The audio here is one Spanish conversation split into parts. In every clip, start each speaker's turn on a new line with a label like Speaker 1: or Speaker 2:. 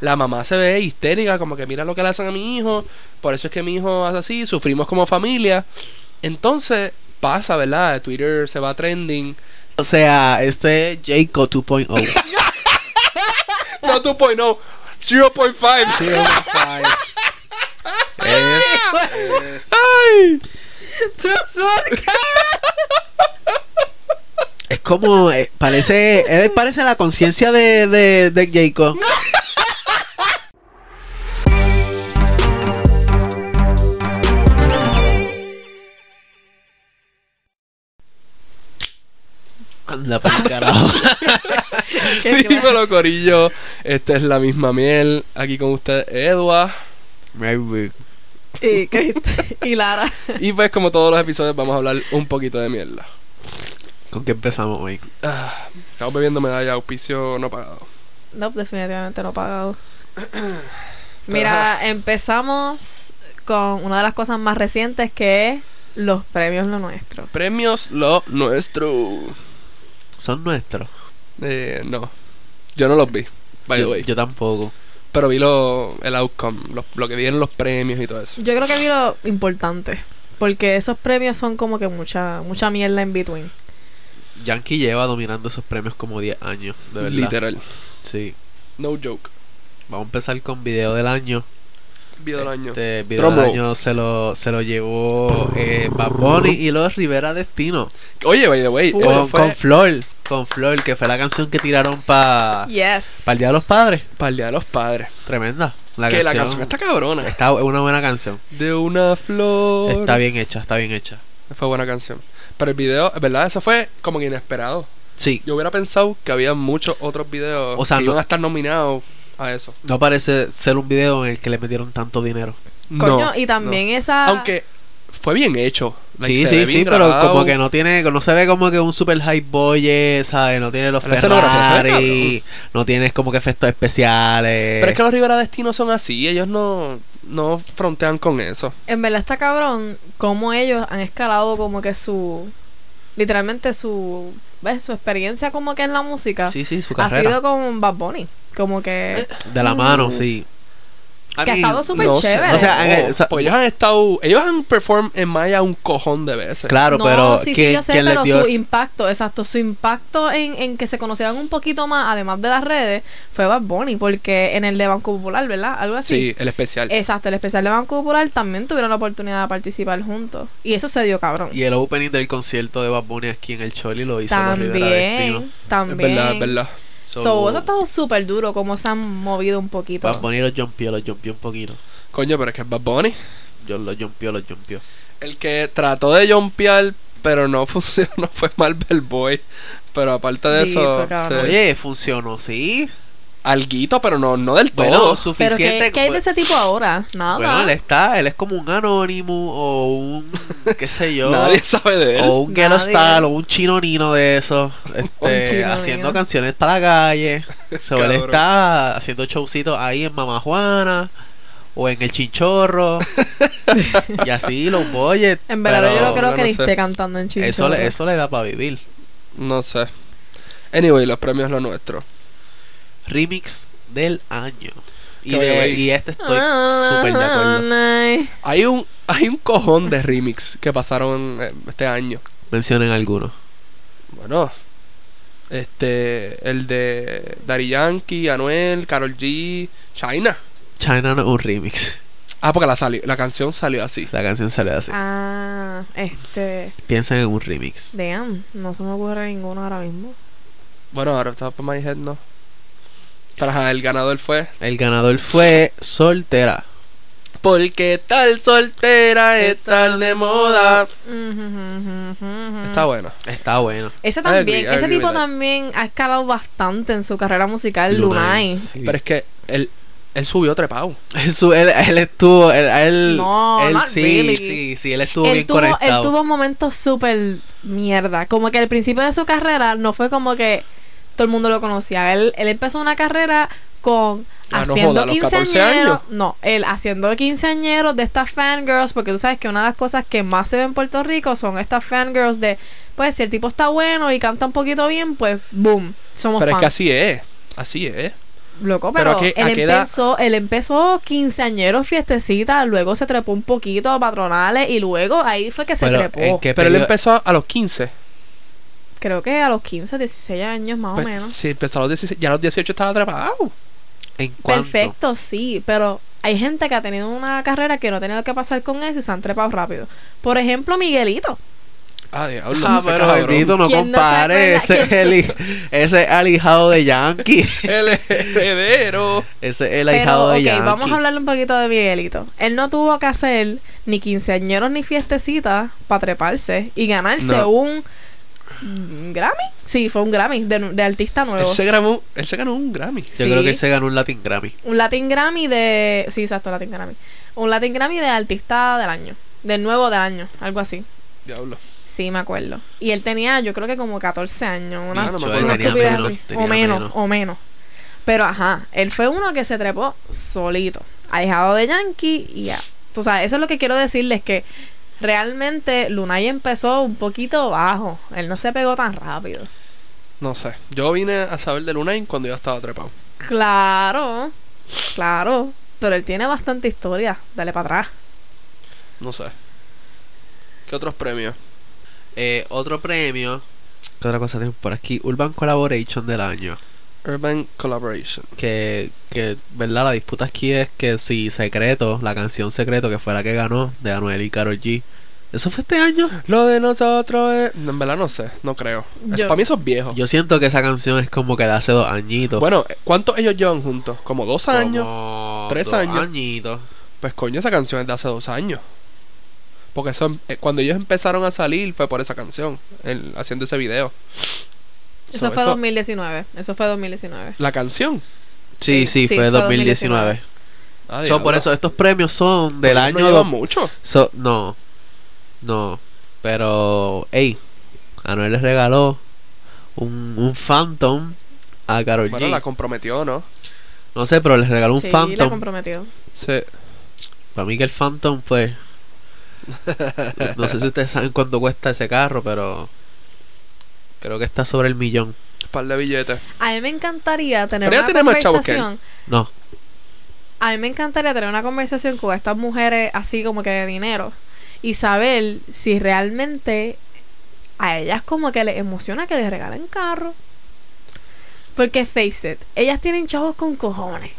Speaker 1: la mamá se ve histérica, como que mira lo que le hacen a mi hijo, por eso es que mi hijo hace así, sufrimos como familia. Entonces pasa, ¿verdad? Twitter se va trending.
Speaker 2: O sea, este Jacob 2.0.
Speaker 1: No oh, 2.0, 0.5.
Speaker 2: Sí, es fine. Es- es-
Speaker 1: ¡Ay!
Speaker 2: es como, eh, parece, él parece la conciencia de, de, de Jacob. Anda para el carajo.
Speaker 1: Dímelo, Corillo. Esta es la misma miel. Aquí con usted, Edward.
Speaker 2: Maybe.
Speaker 3: Y, Crist- y Lara.
Speaker 1: Y pues, como todos los episodios, vamos a hablar un poquito de mierda.
Speaker 2: ¿Con qué empezamos hoy?
Speaker 1: Ah, estamos bebiendo medalla auspicio no pagado.
Speaker 3: No, definitivamente no pagado. Mira, empezamos con una de las cosas más recientes que es los premios lo nuestro.
Speaker 1: Premios lo nuestro.
Speaker 2: Son nuestros.
Speaker 1: Eh, no. Yo no los vi, by the
Speaker 2: Yo,
Speaker 1: way.
Speaker 2: yo tampoco.
Speaker 1: Pero vi lo, el outcome, lo, lo que dieron los premios y todo eso.
Speaker 3: Yo creo que vi lo importante. Porque esos premios son como que mucha, mucha mierda en between.
Speaker 2: Yankee lleva dominando esos premios como 10 años, de verdad.
Speaker 1: Literal.
Speaker 2: Sí.
Speaker 1: No joke.
Speaker 2: Vamos a empezar con video del año.
Speaker 1: Video del año.
Speaker 2: Este video
Speaker 1: Trombo.
Speaker 2: del año se lo, se lo llevó eh, Bad Bunny y los Rivera Destino.
Speaker 1: Oye, by the way,
Speaker 3: Full.
Speaker 1: eso
Speaker 2: Con,
Speaker 1: fue
Speaker 2: con Flor. Con Flor, que fue la canción que tiraron para
Speaker 3: Yes.
Speaker 2: el Día de los Padres.
Speaker 1: para el Día de los Padres.
Speaker 2: Tremenda. La
Speaker 1: que
Speaker 2: canción,
Speaker 1: la canción está cabrona.
Speaker 2: está- es una buena canción.
Speaker 1: De una flor.
Speaker 2: Está bien hecha, está bien hecha.
Speaker 1: Fue buena canción. Pero el video, en ¿verdad? Eso fue como que inesperado.
Speaker 2: Sí,
Speaker 1: Yo hubiera pensado que había muchos otros videos
Speaker 2: O sea,
Speaker 1: que
Speaker 2: no-
Speaker 1: iban a estar nominados a eso.
Speaker 2: no parece ser un video en el que le metieron tanto dinero.
Speaker 1: No.
Speaker 3: Coño, y también esa.
Speaker 1: Aunque fue bien hecho. Like,
Speaker 2: sí,
Speaker 1: se ve
Speaker 2: sí,
Speaker 1: bien
Speaker 2: sí, pero
Speaker 1: grabado.
Speaker 2: como que no tiene, no se ve como que un super hype boy, eh, ¿sabes? No tiene los
Speaker 1: La escenografía se ve
Speaker 2: Ferrari, no tienes como que efectos especiales.
Speaker 1: Pero es que los Rivera Destino son así, ellos no, no frontean con eso.
Speaker 3: En verdad está cabrón cómo ellos han escalado como que su. Literalmente su. ¿Ves? Su experiencia como que en la música.
Speaker 2: Sí, sí, su
Speaker 3: ha
Speaker 2: carrera. Eh,
Speaker 3: sido con Bad Bunny. Como que. mm,
Speaker 2: De la mano, sí. I
Speaker 3: Que ha
Speaker 2: mean,
Speaker 3: estado súper
Speaker 1: no sé,
Speaker 3: chévere.
Speaker 1: no,
Speaker 2: O sea, en el- o
Speaker 1: porque
Speaker 2: sea-
Speaker 1: Oh, pues ellos han estado, ellos han performed en Maya un cojón de veces.
Speaker 2: Claro,
Speaker 3: no,
Speaker 2: pero
Speaker 3: sí, sí,
Speaker 2: ¿quién,
Speaker 3: yo sé,
Speaker 2: quién
Speaker 3: pero
Speaker 2: les dio
Speaker 3: su
Speaker 2: es-
Speaker 3: impacto, exacto, su impacto en, en que se conocieran un poquito más, además de las redes, fue Bad Bunny, porque en el de Banco Popular, ¿verdad? Algo así.
Speaker 1: Sí, el especial.
Speaker 3: Exacto, el especial de Banco Popular también tuvieron la oportunidad de participar juntos. Y eso se dio cabrón.
Speaker 2: Y el opening del concierto de Bad Bunny aquí en el Choli lo hizo los Rivera Destino.
Speaker 3: También,
Speaker 1: es
Speaker 3: también.
Speaker 1: verdad, es verdad.
Speaker 2: So,
Speaker 3: So, eso ha estado súper duro, como se han movido un poquito.
Speaker 2: Bad Bunny los jumpió, los jumpió un poquito.
Speaker 1: Coño, pero es que es Bad Bunny.
Speaker 2: Yo los jumpió, los jumpió.
Speaker 1: El que trató de jumpear, pero no funcionó, fue Marvel Boy. Pero aparte de
Speaker 3: Sí,
Speaker 1: eso,
Speaker 3: fue cabrón.
Speaker 1: se-
Speaker 2: Oye, funcionó, sí.
Speaker 1: alguito, pero no, no del todo.
Speaker 2: Bueno,
Speaker 3: Pero
Speaker 2: suficiente.
Speaker 3: ¿qué, qué hay de
Speaker 2: como-
Speaker 3: ese tipo ahora? Nada.
Speaker 2: Bueno, él está, él es como un anónimo o un, qué sé yo,
Speaker 1: Nadie sabe de él.
Speaker 2: o un Gelo
Speaker 3: Nadie.
Speaker 2: Star o un chinonino de esos, este,
Speaker 3: chinonino.
Speaker 2: haciendo canciones para la calle. So, él
Speaker 1: Cabrón.
Speaker 2: está haciendo showcitos ahí en Mama Juana o en El Chinchorro y así los boyes.
Speaker 3: En verdad,
Speaker 2: pero
Speaker 3: yo no creo
Speaker 1: yo
Speaker 3: que
Speaker 1: no
Speaker 3: le
Speaker 1: sé.
Speaker 3: esté cantando en chile.
Speaker 2: eso le, eso le da para vivir.
Speaker 1: No sé. Anyway, los premios lo nuestro.
Speaker 2: Remix del año. Y,
Speaker 1: Que
Speaker 2: de-
Speaker 1: vaya ahí.
Speaker 2: y este estoy súper de acuerdo.
Speaker 1: Hay un, hay un cojón de remix que pasaron eh, este año.
Speaker 2: Mencionen algunos.
Speaker 1: Bueno, este, el de Dari Yankee, Anuel, Carol G, China.
Speaker 2: China no es un remix.
Speaker 1: Ah, porque la, salió, la canción salió así.
Speaker 2: La canción sale así.
Speaker 3: Ah, este.
Speaker 2: Piensen en un remix.
Speaker 3: Damn, no se me ocurre ninguno ahora mismo.
Speaker 1: Bueno, ahora está por My Head, no. Pero ajá, el ganador fue.
Speaker 2: El ganador fue Soltera.
Speaker 1: Porque tal soltera es tal de moda. Está bueno.
Speaker 2: Está bueno.
Speaker 3: Ese también,
Speaker 1: I agree, I
Speaker 3: ese
Speaker 1: agree
Speaker 3: tipo
Speaker 1: with that.
Speaker 3: también ha escalado bastante en su carrera musical, Lunay.
Speaker 2: sí.
Speaker 1: Pero es que él, él subió trepado.
Speaker 2: Su- él, él estuvo. Él, él-
Speaker 3: No,
Speaker 2: él
Speaker 3: not
Speaker 2: sí,
Speaker 3: really.
Speaker 2: sí, sí, él estuvo
Speaker 3: Él
Speaker 2: bien
Speaker 3: tuvo, él
Speaker 2: conectado.
Speaker 3: tuvo momentos súper mierda. Como que al principio de su carrera no fue como que todo el mundo lo conocía. Él, él empezó una carrera con
Speaker 1: Ah, no
Speaker 3: haciendo
Speaker 1: joda, a los 14
Speaker 3: quinceañeros.
Speaker 1: años.
Speaker 3: No, él haciendo quinceañeros de estas fangirls. Porque tú sabes que una de las cosas que más se ve en Puerto Rico son estas fangirls de, pues, si el tipo está bueno y canta un poquito bien, pues, boom, somos
Speaker 1: Pero es que
Speaker 3: fans.
Speaker 1: así es. Así es.
Speaker 3: Loco,
Speaker 1: Pero
Speaker 3: pero,
Speaker 1: ¿a qué- a
Speaker 3: él,
Speaker 1: qué edad?
Speaker 3: empezó, él empezó quinceañero, fiestecita, luego se trepó un poquito a patronales y luego ahí fue que se
Speaker 2: Pero,
Speaker 3: trepó.
Speaker 2: ¿en qué
Speaker 1: Pero él
Speaker 2: periodo-
Speaker 1: empezó a, a los 15.
Speaker 3: Creo que a los 15, 16 años más
Speaker 1: Pues,
Speaker 3: o menos.
Speaker 1: Sí, empezó a los 16. Ya a los 18 estaba atrapado.
Speaker 2: ¿En cuánto?
Speaker 3: Perfecto, sí, pero hay gente que ha tenido una carrera que no ha tenido que pasar con eso y se han trepado rápido. Por ejemplo, Miguelito.
Speaker 1: Ah, diablo.
Speaker 2: Ah,
Speaker 1: ese
Speaker 2: pero
Speaker 1: cabrón.
Speaker 2: bendito, no
Speaker 3: ¿Quién no se
Speaker 2: compare.
Speaker 3: acuerda?
Speaker 2: ese, es el, hij- ese es el ahijado de Yankee.
Speaker 1: El heredero.
Speaker 2: Ese es el
Speaker 3: Pero,
Speaker 2: ahijado
Speaker 3: ok,
Speaker 2: de Yankee.
Speaker 3: vamos a hablarle un poquito de Miguelito. Él no tuvo que hacer ni quinceañeros ni fiestecitas para treparse y ganarse
Speaker 1: No.
Speaker 3: un mm, Grammy. Sí, fue un Grammy de, de artista
Speaker 1: Él
Speaker 3: nuevo.
Speaker 1: se, grabó, él se ganó un Grammy.
Speaker 2: Yo
Speaker 3: Sí.
Speaker 2: creo que él se ganó un Latin Grammy.
Speaker 3: Un Latin Grammy de... Sí, exacto, Latin Grammy. Un Latin Grammy de artista del año. Del nuevo del año, algo así.
Speaker 1: Diablo.
Speaker 3: Sí, me acuerdo. Y él tenía, yo creo que como 14 años, una,
Speaker 1: Ah, no me
Speaker 2: Yo
Speaker 1: acuerdo.
Speaker 3: una
Speaker 2: tenía
Speaker 3: estupidez
Speaker 2: menos,
Speaker 3: así.
Speaker 2: tenía
Speaker 3: O menos,
Speaker 2: menos.
Speaker 3: o menos. Pero ajá, él fue uno que se trepó solito, alejado de Yankee y ya. O sea, eso es lo que quiero decirles que realmente Lunay empezó un poquito bajo. Él no se pegó tan rápido.
Speaker 1: No sé. Yo vine a saber de Lunain cuando ya estaba atrapado.
Speaker 3: Claro, claro. Pero él tiene bastante historia. Dale para atrás.
Speaker 1: No sé. ¿Qué otros premios?
Speaker 2: Eh, otro premio. ¿Qué otra cosa tenemos por aquí? Urban Collaboration del año.
Speaker 1: Urban Collaboration.
Speaker 2: Que, que, ¿verdad? La disputa aquí es que si Secreto, la canción Secreto, que fue la que ganó de Anuel y Karol G. ¿Eso fue este año?
Speaker 1: Lo de nosotros es... En verdad no sé. No creo. Es-
Speaker 3: Yo-
Speaker 1: para mí eso es viejo.
Speaker 2: Yo siento que esa canción es como que de hace dos añitos.
Speaker 1: Bueno, eh, ¿cuántos ellos llevan juntos? ¿Como dos
Speaker 2: Como
Speaker 1: años? tres
Speaker 2: dos
Speaker 1: años.
Speaker 2: añitos.
Speaker 1: Pues coño, esa canción es de hace dos años. Porque eso, em- eh, cuando ellos empezaron a salir fue por esa canción, el- haciendo ese video.
Speaker 3: Eso
Speaker 1: So,
Speaker 3: fue 2019. Eso fue 2019.
Speaker 1: La canción.
Speaker 2: Sí, sí,
Speaker 3: Sí, sí,
Speaker 2: fue
Speaker 3: fue
Speaker 2: 2019.
Speaker 3: 2019.
Speaker 1: Ah,
Speaker 2: So, por
Speaker 1: diablo.
Speaker 2: eso estos premios son
Speaker 1: So,
Speaker 2: del
Speaker 1: ellos
Speaker 2: año
Speaker 1: No llevan mucho.
Speaker 2: So, no, no, pero, hey, Anuel les regaló un, un Phantom a Karol
Speaker 1: Bueno,
Speaker 2: G.
Speaker 1: la comprometió, ¿no?
Speaker 2: No sé, pero les regaló un
Speaker 3: sí, la
Speaker 2: Phantom.
Speaker 3: comprometió.
Speaker 1: Sí.
Speaker 2: Para mí que el Phantom, pues, no sé si ustedes saben cuánto cuesta ese carro, pero creo que está sobre el millón.
Speaker 1: Par de billetes.
Speaker 3: A mí me encantaría tener
Speaker 1: Pero ella
Speaker 3: una
Speaker 1: tiene más chavos que él.
Speaker 3: conversación.
Speaker 2: No,
Speaker 3: A mí me encantaría tener una conversación con estas mujeres así como que de dinero y saber si realmente a ellas como que les emociona que les regalen carro. Porque face it, ellas tienen chavos con cojones.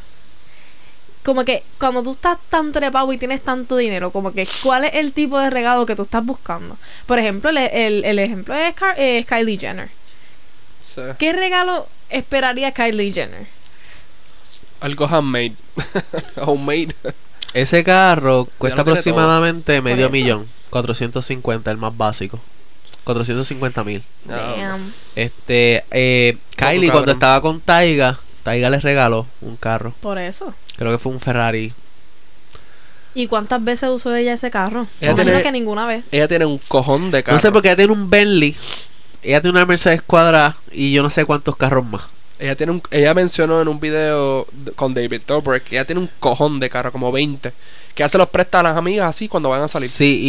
Speaker 3: Como que cuando tú estás tan trepado y tienes tanto dinero, como que cuál es el tipo de regalo que tú estás buscando. Por ejemplo, el, el- el ejemplo es Kar- eh, Kylie Jenner.
Speaker 1: Sí.
Speaker 3: ¿Qué regalo esperaría Kylie Jenner?
Speaker 1: Algo handmade. homemade.
Speaker 2: ese carro cuesta
Speaker 1: lo tiene
Speaker 2: aproximadamente medio
Speaker 3: eso.
Speaker 2: millón, 450, el más básico, 450 mil.
Speaker 1: Diablo.
Speaker 3: Damn,
Speaker 2: Este, eh, Kylie
Speaker 1: cabrón.
Speaker 2: cuando estaba con Taiga, Taiga les regaló un carro.
Speaker 3: por eso.
Speaker 2: Creo que fue un Ferrari.
Speaker 3: ¿Y cuántas veces usó ella ese carro?
Speaker 1: Ella
Speaker 3: Yo creo
Speaker 1: tiene-
Speaker 3: que ninguna vez.
Speaker 1: Ella tiene un cojón de carro.
Speaker 2: No sé por qué ella tiene un Bentley. Ella tiene una Mercedes cuadrada y yo no sé cuántos carros más.
Speaker 1: Ella tiene un, ella mencionó en un video d- con David Dobrik, ella tiene un cojón de carro, como 20, que hace los presta a las amigas así cuando van a salir.
Speaker 2: Sí,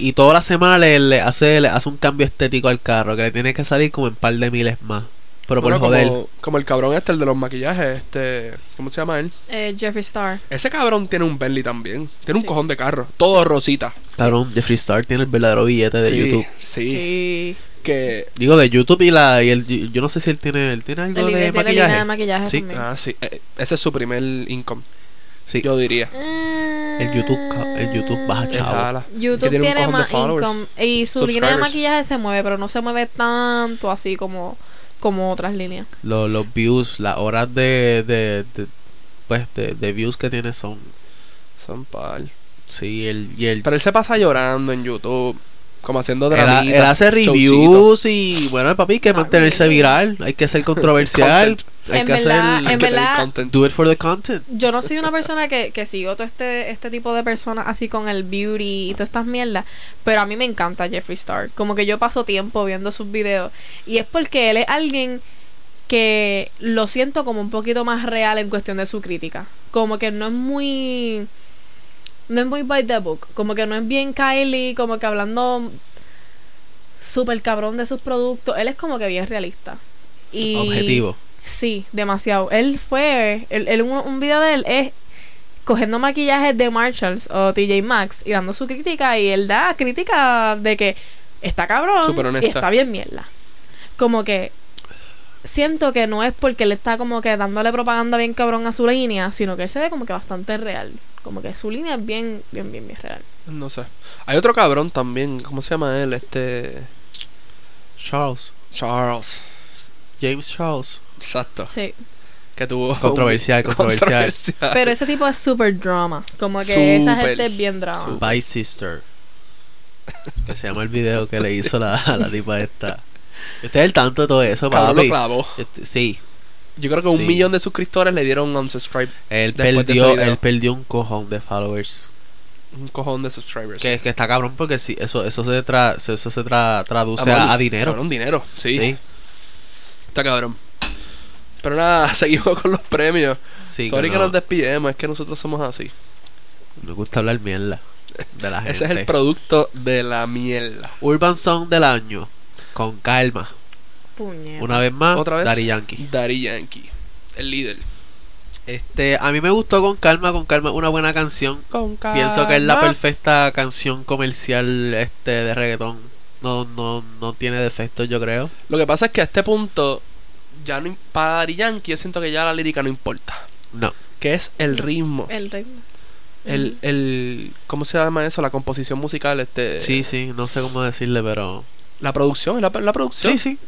Speaker 2: y, y toda la semana le, le hace, le hace un cambio estético al carro, que le tiene que salir como en par de miles más. Pero por
Speaker 1: Bueno,
Speaker 2: joder.
Speaker 1: Como, como el cabrón este, el de los maquillajes, este, ¿cómo se llama él?
Speaker 3: Eh, Jeffree Star.
Speaker 1: Ese cabrón tiene un Bentley también, tiene un
Speaker 3: Sí.
Speaker 1: cojón de carro, todo rosita.
Speaker 2: Cabrón, Jeffree Star tiene el verdadero billete de
Speaker 1: sí,
Speaker 2: YouTube.
Speaker 1: Sí,
Speaker 3: Sí.
Speaker 1: que
Speaker 2: Digo, de YouTube y la. Y el, yo no sé si él tiene, él tiene algo
Speaker 3: El
Speaker 2: de
Speaker 3: nivel de la
Speaker 2: maquillaje.
Speaker 3: línea de maquillaje
Speaker 2: Sí.
Speaker 3: también.
Speaker 1: ah, sí, eh, ese es su primer income,
Speaker 2: Sí.
Speaker 1: yo diría.
Speaker 2: El YouTube ca- el YouTube baja
Speaker 1: Le
Speaker 2: Chavo.
Speaker 1: jala.
Speaker 3: YouTube
Speaker 1: Que Eh, tiene un
Speaker 3: tiene,
Speaker 1: cojón de
Speaker 3: más
Speaker 1: followers,
Speaker 3: income. Y su línea de
Speaker 1: subscribers.
Speaker 3: maquillaje se mueve, pero no se mueve tanto así como, como otras líneas.
Speaker 2: Lo- los views, las horas de. de, de- pues de, de views que tiene son.
Speaker 1: Son par.
Speaker 2: Sí, el, y el
Speaker 1: Pero él se pasa llorando en YouTube, como haciendo
Speaker 2: Él, ha-
Speaker 1: dramita.
Speaker 2: él hace reviews y bueno, papi, hay que
Speaker 3: No,
Speaker 2: mantenerse
Speaker 3: really.
Speaker 2: viral, hay que ser controversial, hay
Speaker 3: En
Speaker 2: que
Speaker 3: verdad,
Speaker 2: hacer
Speaker 3: en verdad-
Speaker 1: content.
Speaker 2: do it for the content.
Speaker 3: Yo no soy una persona que, que sigo todo este, este tipo de personas así con el beauty y todas estas mierdas, pero a mí me encanta Jeffree Star. Como que yo paso tiempo viendo sus videos y es porque él es alguien que lo siento como un poquito más real en cuestión de su crítica. Como que no es muy... No es muy by the book. Como que no es bien Kylie, como que hablando súper cabrón de sus productos. Él es como que bien realista. Y
Speaker 2: Objetivo.
Speaker 3: Sí, demasiado. Él fue. él- él- un, un video de él es cogiendo maquillajes de Marshalls o TJ Maxx y dando su crítica. Y él da crítica de que está cabrón
Speaker 1: Súper
Speaker 3: y
Speaker 1: honesta.
Speaker 3: está bien mierda. Como que siento que no es porque él está como que dándole propaganda bien cabrón a su línea, sino que él se ve como que bastante real. Como que su línea es bien, bien, bien, bien real.
Speaker 1: No sé. Hay otro cabrón también. ¿Cómo se llama él? Este.
Speaker 2: Charles.
Speaker 1: Charles.
Speaker 2: James Charles.
Speaker 1: Exacto.
Speaker 3: Sí.
Speaker 1: Que tuvo.
Speaker 2: Controversial, controversial.
Speaker 1: controversial.
Speaker 3: Pero ese tipo es super drama. Como que esa
Speaker 1: Súper.
Speaker 3: gente es bien drama.
Speaker 1: Súper.
Speaker 2: Bye Sister. Que se llama el video que le hizo la, a la tipa esta. Usted es el tanto de todo eso,
Speaker 1: Cabrón lo
Speaker 2: papi.
Speaker 1: clavó.
Speaker 2: Este, sí.
Speaker 1: Yo creo que un
Speaker 2: Sí.
Speaker 1: millón de suscriptores le dieron unsubscribe.
Speaker 2: Él
Speaker 1: Después de ese
Speaker 2: perdió,
Speaker 1: video.
Speaker 2: él perdió un cojón de followers.
Speaker 1: Un cojón de subscribers.
Speaker 2: Que, que está cabrón porque sí, eso, eso se tra- eso se tra- traduce a, a dinero.
Speaker 1: Un dinero, sí.
Speaker 2: Sí,
Speaker 1: Está cabrón. Pero nada, seguimos con los premios.
Speaker 2: sí,
Speaker 1: Sorry que,
Speaker 2: no-
Speaker 1: nos despidemos, es que nosotros somos así.
Speaker 2: Nos gusta hablar mierda de la gente.
Speaker 1: Ese es el producto de la mierda.
Speaker 2: Urban Song del año. Con calma.
Speaker 3: Puñeta.
Speaker 2: Una vez más,
Speaker 1: ¿Otra vez?
Speaker 2: Daddy Yankee.
Speaker 1: Daddy Yankee, el líder.
Speaker 2: Este, a mí me gustó con calma, con calma, una buena canción. Pienso que es la perfecta canción comercial este de reggaetón. No, no, no tiene defectos, yo creo.
Speaker 1: Lo que pasa es que a este punto, ya no, im- para Daddy Yankee, yo siento que ya la lírica no importa.
Speaker 2: No.
Speaker 1: Que es el ritmo.
Speaker 3: El ritmo.
Speaker 1: El, el, ¿Cómo se llama eso? La composición musical. este
Speaker 2: Sí, sí, no sé cómo decirle, pero.
Speaker 1: La producción, es la, la producción.
Speaker 2: Sí, sí.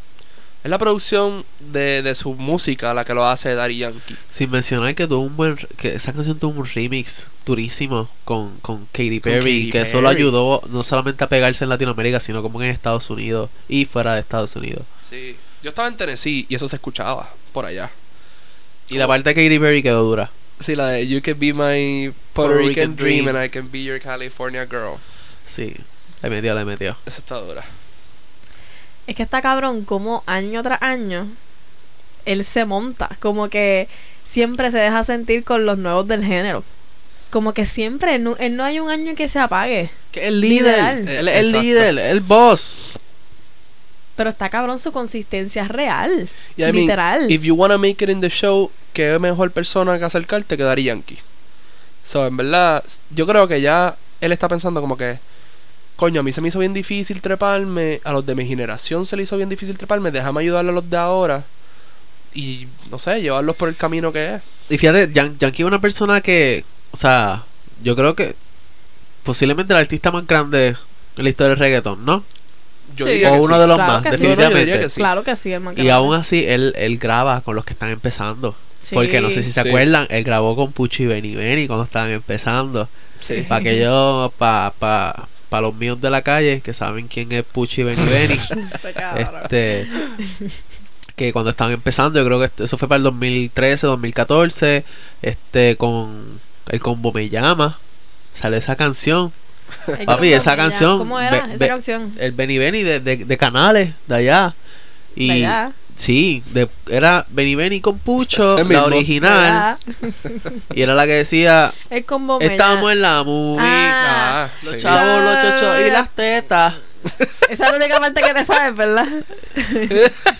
Speaker 1: Es la producción de, de su música la que lo hace Daddy Yankee.
Speaker 2: Sin mencionar que tuvo un buen. que esa canción tuvo un remix durísimo con, con Katy Perry,
Speaker 1: Katy
Speaker 2: que eso lo
Speaker 1: Perry.
Speaker 2: ayudó no solamente a pegarse en Latinoamérica, sino como en Estados Unidos y fuera de Estados Unidos.
Speaker 1: Sí. Yo estaba en Tennessee y eso se escuchaba por allá.
Speaker 2: Y la parte de Katy Perry quedó dura.
Speaker 1: Sí, la de You Can Be My Puerto,
Speaker 2: Puerto
Speaker 1: Rican,
Speaker 2: Rican
Speaker 1: dream,
Speaker 2: Dream.
Speaker 1: and I Can Be Your California Girl.
Speaker 2: Sí, le metió, le metió.
Speaker 1: Esa está dura.
Speaker 3: Es que está cabrón como año tras año él se monta, como que siempre se deja sentir con los nuevos del género. Como que siempre, no, él no hay un año que se apague.
Speaker 2: Que el
Speaker 3: Literal.
Speaker 2: líder, el, el
Speaker 1: Exacto.
Speaker 2: líder, el boss.
Speaker 3: Pero está cabrón su consistencia es real.
Speaker 1: Y I mean,
Speaker 3: literal.
Speaker 2: Mm.
Speaker 1: if you wanna make it in the show, qué mejor persona que acercarte que Daddy Yankee. So, en verdad, yo creo que ya él está pensando como que, coño, a mí se me hizo bien difícil treparme, a los de mi generación se le hizo bien difícil treparme, déjame ayudarle a los de ahora y, no sé, llevarlos por el camino que es.
Speaker 2: Y fíjate, Yan- Yankee es una persona que, o sea, yo creo que posiblemente el artista más grande en la historia del reggaetón, ¿no?
Speaker 1: Yo
Speaker 3: Sí.
Speaker 1: diría
Speaker 2: O
Speaker 1: que
Speaker 2: uno
Speaker 1: sí.
Speaker 2: de los
Speaker 3: Claro
Speaker 2: más,
Speaker 3: que sí.
Speaker 2: definitivamente.
Speaker 1: No, no, yo diría que sí.
Speaker 3: Claro que sí, hermano.
Speaker 2: Y aún así, él, él graba con los que están empezando. Porque no sé si se
Speaker 1: Sí.
Speaker 2: acuerdan, él grabó con Puchi y Benny Benny cuando estaban empezando.
Speaker 1: Sí.
Speaker 2: Para que yo, para pa, pa los míos de la calle, que saben quién es Puchi y Benny Benny, este, que cuando estaban empezando, yo creo que este- eso fue para el 2013, 2014, este, con el combo Me Llama, sale esa canción. Papi, esa canción,
Speaker 3: ¿Cómo era
Speaker 2: ve-
Speaker 3: esa
Speaker 2: ve-
Speaker 3: canción?
Speaker 2: El Benny Benny de, de, de Canales, de allá. Y,
Speaker 3: De allá,
Speaker 2: Sí, de- era Benny Benny con Pucho,
Speaker 1: Ese
Speaker 2: la
Speaker 1: mismo.
Speaker 3: de
Speaker 2: original,
Speaker 3: allá.
Speaker 2: y era la que decía,
Speaker 3: Es como me
Speaker 2: estábamos
Speaker 3: llama-
Speaker 2: en la movie,
Speaker 3: Ah.
Speaker 1: Ah,
Speaker 2: los
Speaker 1: sí.
Speaker 2: chavos, los chochos y las tetas.
Speaker 3: Esa es la única parte que te sabes, ¿verdad?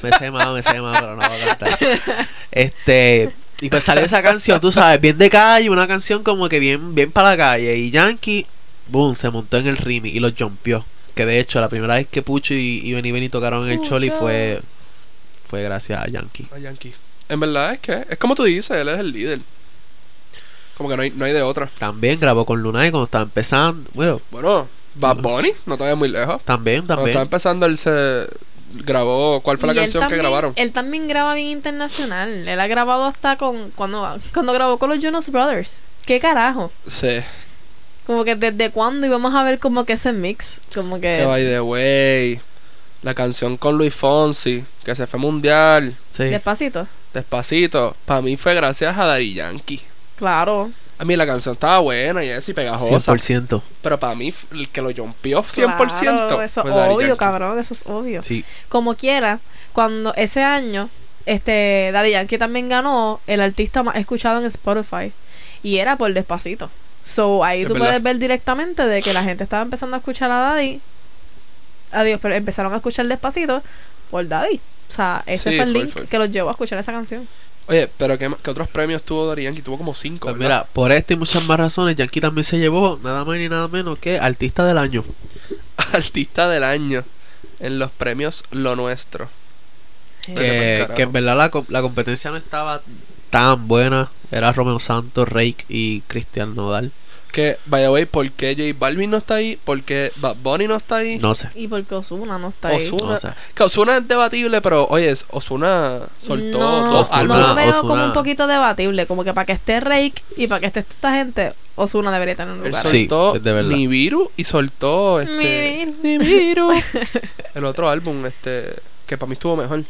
Speaker 2: Me sé más, me sé más, pero no voy a cantar. Este, y pues salió esa canción, tú sabes, bien de calle, una canción como que bien, bien para la calle, y Yankee, boom, se montó en el remix y los jumpió. Que de hecho, la primera vez que Pucho y, y Benny Benny tocaron en el Choli
Speaker 3: Pucho.
Speaker 2: fue, fue gracias a Yankee.
Speaker 1: A Yankee. En verdad es que es como tú dices, él es el líder. Como que no hay, no hay de otra.
Speaker 2: También grabó con Lunay cuando estaba empezando, bueno,
Speaker 1: Bueno, Bad Bunny no te vayas muy lejos.
Speaker 2: también,
Speaker 1: Cuando
Speaker 2: también.
Speaker 1: estaba empezando, él se grabó. ¿Cuál fue la
Speaker 3: Y él
Speaker 1: canción
Speaker 3: también-
Speaker 1: que grabaron?
Speaker 3: Él también graba bien internacional. Él ha grabado hasta con cuando, cuando grabó con los Jonas Brothers. ¿Qué carajo?
Speaker 1: Sí,
Speaker 3: Como que desde cuándo íbamos a ver como que ese mix. Como
Speaker 1: que
Speaker 3: que
Speaker 1: by the way. La canción con Luis Fonsi, que se fue mundial,
Speaker 2: Sí.
Speaker 3: despacito.
Speaker 1: despacito. Para mí fue gracias a Daddy Yankee.
Speaker 3: Claro.
Speaker 1: A mí la canción estaba buena y es y pegajosa.
Speaker 2: 100%.
Speaker 1: Pero para mí, f- el que lo jumpió 100%
Speaker 3: claro, eso
Speaker 1: fue Pues Daddy
Speaker 3: obvio,
Speaker 1: Yankee.
Speaker 3: cabrón. Eso es obvio.
Speaker 2: Sí.
Speaker 3: Como quiera, cuando ese año, este Daddy Yankee también ganó el artista más escuchado en Spotify. Y era por despacito. So ahí
Speaker 1: Es
Speaker 3: tú
Speaker 1: verdad.
Speaker 3: puedes ver directamente de que la gente estaba empezando a escuchar a Daddy. Adiós, pero empezaron a escuchar despacito por Daddy. O sea, ese
Speaker 1: Sí,
Speaker 3: fue el
Speaker 1: fue,
Speaker 3: link
Speaker 1: fue.
Speaker 3: que los llevó a escuchar esa canción.
Speaker 1: Oye, pero ¿qué, qué otros premios tuvo Daddy Yankee? Tuvo como cinco.
Speaker 2: Pues
Speaker 1: ¿verdad?
Speaker 2: mira, por esta y muchas más razones, Yankee también se llevó nada más ni nada menos que Artista del Año.
Speaker 1: Artista del año en los premios Lo Nuestro. Entonces, pues,
Speaker 2: Que,
Speaker 1: carajo.
Speaker 2: que en verdad la, com- la competencia no estaba tan buena. Era Romeo Santos, Rake y Cristian Nodal.
Speaker 1: Que, by the way, ¿por qué J Balvin no está ahí? ¿Por qué Bad Bunny no está ahí?
Speaker 2: No sé.
Speaker 3: Y porque Osuna no está ahí.
Speaker 1: Osuna.
Speaker 2: No sé.
Speaker 1: Que Osuna es debatible, pero oye, Osuna soltó
Speaker 3: no, ah,
Speaker 1: dos
Speaker 2: Ozuna.
Speaker 3: no
Speaker 1: álbumes.
Speaker 3: lo veo como
Speaker 2: Ozuna.
Speaker 3: un poquito debatible. Como que para que esté Rake y para que esté esta gente, Osuna debería tener un
Speaker 1: Él
Speaker 3: lugar.
Speaker 2: Ah, Sí,
Speaker 1: soltó
Speaker 2: es de verdad.
Speaker 1: Nibiru y soltó este,
Speaker 3: Nibiru.
Speaker 1: Nibiru. el otro álbum este que para mí estuvo mejor,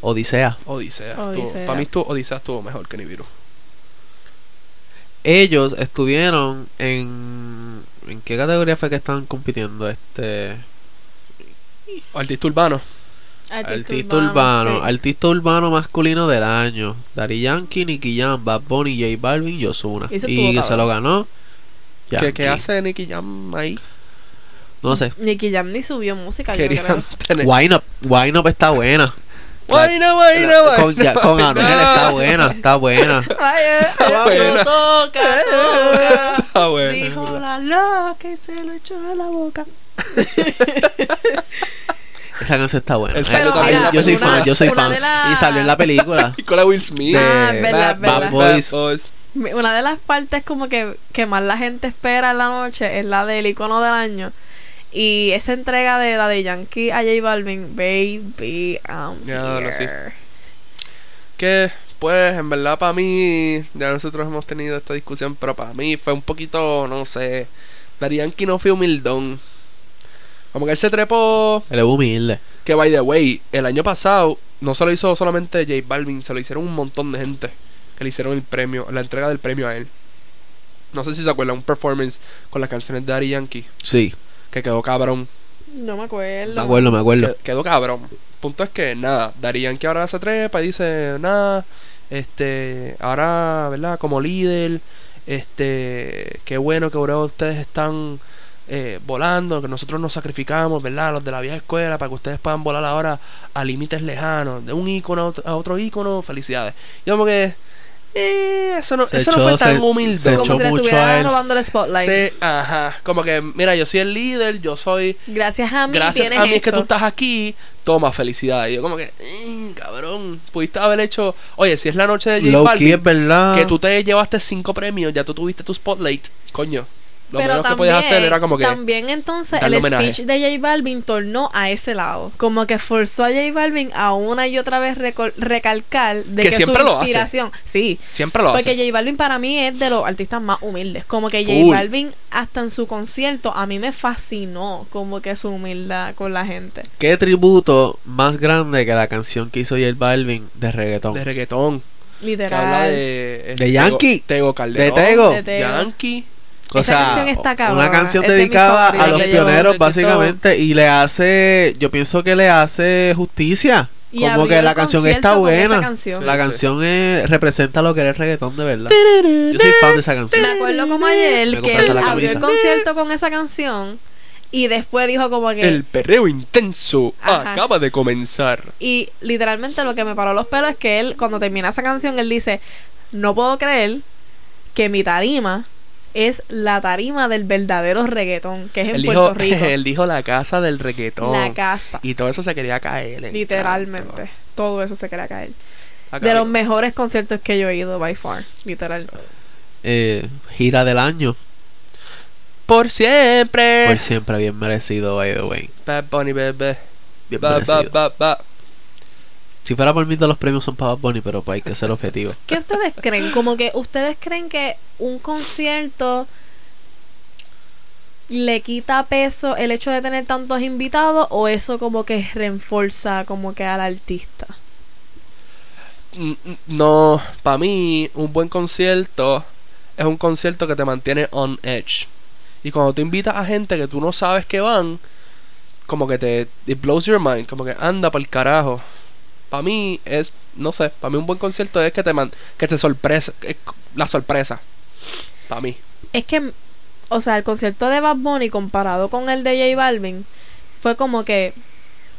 Speaker 2: Odisea.
Speaker 1: Odisea.
Speaker 3: Odisea.
Speaker 1: Para mí estuvo, Odisea estuvo mejor que Nibiru.
Speaker 2: Ellos estuvieron en. ¿En qué categoría fue que estaban compitiendo? Este.
Speaker 1: Artista urbano.
Speaker 2: Artista urbano.
Speaker 3: sí.
Speaker 2: Artista urbano masculino del año. Dari Yankee, Nicky Jam, Bad Bunny, J Balvin y Ozuna.
Speaker 3: Eso estuvo
Speaker 2: Y se
Speaker 3: cabrón.
Speaker 2: lo ganó.
Speaker 1: Que, que
Speaker 2: Yankee.
Speaker 1: hace Nicky Jam ahí.
Speaker 2: No sé.
Speaker 3: Nicky Jam ni subió música, yo
Speaker 1: Querían
Speaker 3: creo.
Speaker 1: tener.
Speaker 2: Wine Up. Wine Up está buena.
Speaker 1: Guayna, guayna,
Speaker 2: Con,
Speaker 1: guayna,
Speaker 2: ya- con
Speaker 1: guayna.
Speaker 2: Anuel está buena. Está buena.
Speaker 3: Ay, ay,
Speaker 1: Está
Speaker 3: ay,
Speaker 1: buena.
Speaker 3: lo toca, toca.
Speaker 1: Está Ah, bueno.
Speaker 3: Dijo la loca y se lo echó a la boca.
Speaker 2: Esa canción está buena.
Speaker 1: El
Speaker 2: Eh,
Speaker 1: salió
Speaker 2: yo-
Speaker 1: también en la
Speaker 2: yo soy
Speaker 1: película.
Speaker 2: fan, yo soy
Speaker 3: Una
Speaker 2: fan.
Speaker 3: de las-
Speaker 2: Y salió en la película.
Speaker 1: Y con la Will Smith.
Speaker 2: De-
Speaker 3: Ah, es verdad, es
Speaker 2: Bad
Speaker 3: verdad.
Speaker 2: Boys.
Speaker 3: Mi- Una de las partes como que, que más la gente espera en la noche es la del icono del año. Y esa entrega de la de Yankee a J Balvin, Baby, I'm
Speaker 1: Ya, lo
Speaker 3: here.
Speaker 1: Que, pues, en verdad, para mí, ya nosotros hemos tenido esta discusión, pero para mí fue un poquito, no sé. Darianki no fue humildón. Como que él se trepó.
Speaker 2: Él es humilde.
Speaker 1: Que, by the way, el año pasado no se lo hizo solamente J Balvin, se lo hicieron un montón de gente que le hicieron el premio, la entrega del premio a él. No sé si se acuerdan, un performance con las canciones de Daddy Yankee
Speaker 2: Sí,
Speaker 1: que quedó cabrón.
Speaker 3: No me acuerdo.
Speaker 2: me acuerdo, me acuerdo.
Speaker 1: Que- quedó cabrón. Punto es que nada, Darían que ahora se trepa y dice, nada, este, ahora, ¿verdad? Como líder, este, qué bueno que ahora ustedes están eh, volando, que nosotros nos sacrificamos, ¿verdad? Los de la vieja escuela para que ustedes puedan volar ahora a límites lejanos, de un ícono a otro, a otro ícono, felicidades. Yo como que, eh, eso no,
Speaker 2: Se
Speaker 1: eso no fue
Speaker 2: echó-
Speaker 1: tan
Speaker 2: se-
Speaker 1: humilde.
Speaker 2: se
Speaker 3: Como
Speaker 2: echó
Speaker 3: si le
Speaker 2: mucho a
Speaker 3: estuviera
Speaker 2: él.
Speaker 3: robando el spotlight.
Speaker 1: Se- ajá, como que, mira, yo soy el líder, yo soy
Speaker 3: Gracias a mí
Speaker 1: gracias
Speaker 3: tienes
Speaker 1: a mí es que
Speaker 3: esto.
Speaker 1: tú estás aquí, toma felicidad. Y yo como que, "Mm, cabrón, pudiste haber hecho, oye, si es la noche de J
Speaker 2: Low key
Speaker 1: Balvin,
Speaker 2: es verdad.
Speaker 1: que tú te llevaste cinco premios, ya tú tuviste tu spotlight, coño. Lo
Speaker 3: Pero
Speaker 1: menos
Speaker 3: también,
Speaker 1: que podías hacer era como que
Speaker 3: también entonces el
Speaker 1: darle homenaje.
Speaker 3: speech de J Balvin tornó a ese lado. Como que forzó a J Balvin a una y otra vez recol- recalcar de
Speaker 1: Que
Speaker 3: que,
Speaker 1: siempre
Speaker 3: su
Speaker 1: lo hace.
Speaker 3: inspiración. Sí,
Speaker 1: siempre lo
Speaker 3: porque
Speaker 1: haces.
Speaker 3: J Balvin para mí es de los artistas más humildes. Como que J
Speaker 1: Full.
Speaker 3: Balvin, hasta en su concierto, a mí me fascinó como que su humildad con la gente.
Speaker 2: ¿Qué tributo más grande que la canción que hizo J Balvin de reggaetón?
Speaker 1: De
Speaker 2: De,
Speaker 1: reggaetón. Que habla
Speaker 3: Literal.
Speaker 1: de... este,
Speaker 2: De Yankee.
Speaker 1: Tego- Tego Calderón.
Speaker 2: Tego.
Speaker 3: De Tego.
Speaker 1: Yankee.
Speaker 2: O
Speaker 3: Esa
Speaker 2: sea,
Speaker 3: canción está cabrona,
Speaker 2: una canción
Speaker 3: es de mis
Speaker 2: dedicada a
Speaker 3: favoritas.
Speaker 2: los
Speaker 1: Yo-
Speaker 2: pioneros,
Speaker 1: yo-
Speaker 2: básicamente. Y le hace. Yo pienso que le hace justicia.
Speaker 3: Y
Speaker 2: Como
Speaker 3: abrió
Speaker 2: que
Speaker 3: el
Speaker 2: la canción
Speaker 3: concierto
Speaker 2: está
Speaker 3: con esa
Speaker 2: buena.
Speaker 3: canción.
Speaker 2: La
Speaker 1: Sí, sí.
Speaker 2: canción es- representa lo que es el reggaetón de verdad. Yo soy fan de esa canción.
Speaker 3: Me acuerdo como
Speaker 2: Me
Speaker 3: ayer que
Speaker 2: compraste
Speaker 3: él
Speaker 2: la
Speaker 3: abrió el
Speaker 2: camisa.
Speaker 3: concierto con esa canción y después dijo como que...
Speaker 1: El perreo intenso
Speaker 3: Ajá.
Speaker 1: acaba de comenzar.
Speaker 3: Y literalmente lo que me paró los pelos es que él, cuando termina esa canción, él dice, no puedo creer que mi tarima es la tarima del verdadero reggaetón, que es en
Speaker 1: Él dijo,
Speaker 3: Puerto Rico.
Speaker 1: él dijo la casa del reggaetón.
Speaker 3: la casa.
Speaker 1: y todo eso se quería caer. en
Speaker 3: Literalmente.
Speaker 1: canto.
Speaker 3: Todo eso se quería caer.
Speaker 1: Acá
Speaker 3: De
Speaker 1: digo.
Speaker 3: los mejores conciertos que yo he ido, by far. Literal.
Speaker 2: Eh, gira del año.
Speaker 1: Por siempre.
Speaker 2: Por siempre bien merecido, by the way.
Speaker 1: Bad Bunny, bebé.
Speaker 2: Bien
Speaker 1: Ba, ba,
Speaker 2: merecido.
Speaker 1: ba, ba.
Speaker 2: Si fuera por mí, todos los premios son para Bad Bunny, pero pues, hay que ser objetivo.
Speaker 3: ¿Qué ustedes creen? Como que ustedes creen que un concierto le quita peso el hecho de tener tantos invitados o eso como que reforza como que al artista.
Speaker 1: Mm, mm, No, para mí, un buen concierto es un concierto que te mantiene on edge. Y cuando tú invitas a gente que tú no sabes que van, como que te it blows your mind, como que anda para el carajo. Para mí es, no sé, para mí un buen concierto es que te man, que te sorpresa, es la sorpresa. Para mí.
Speaker 3: Es que, o sea, el concierto de Bad Bunny comparado con el de J Balvin fue como que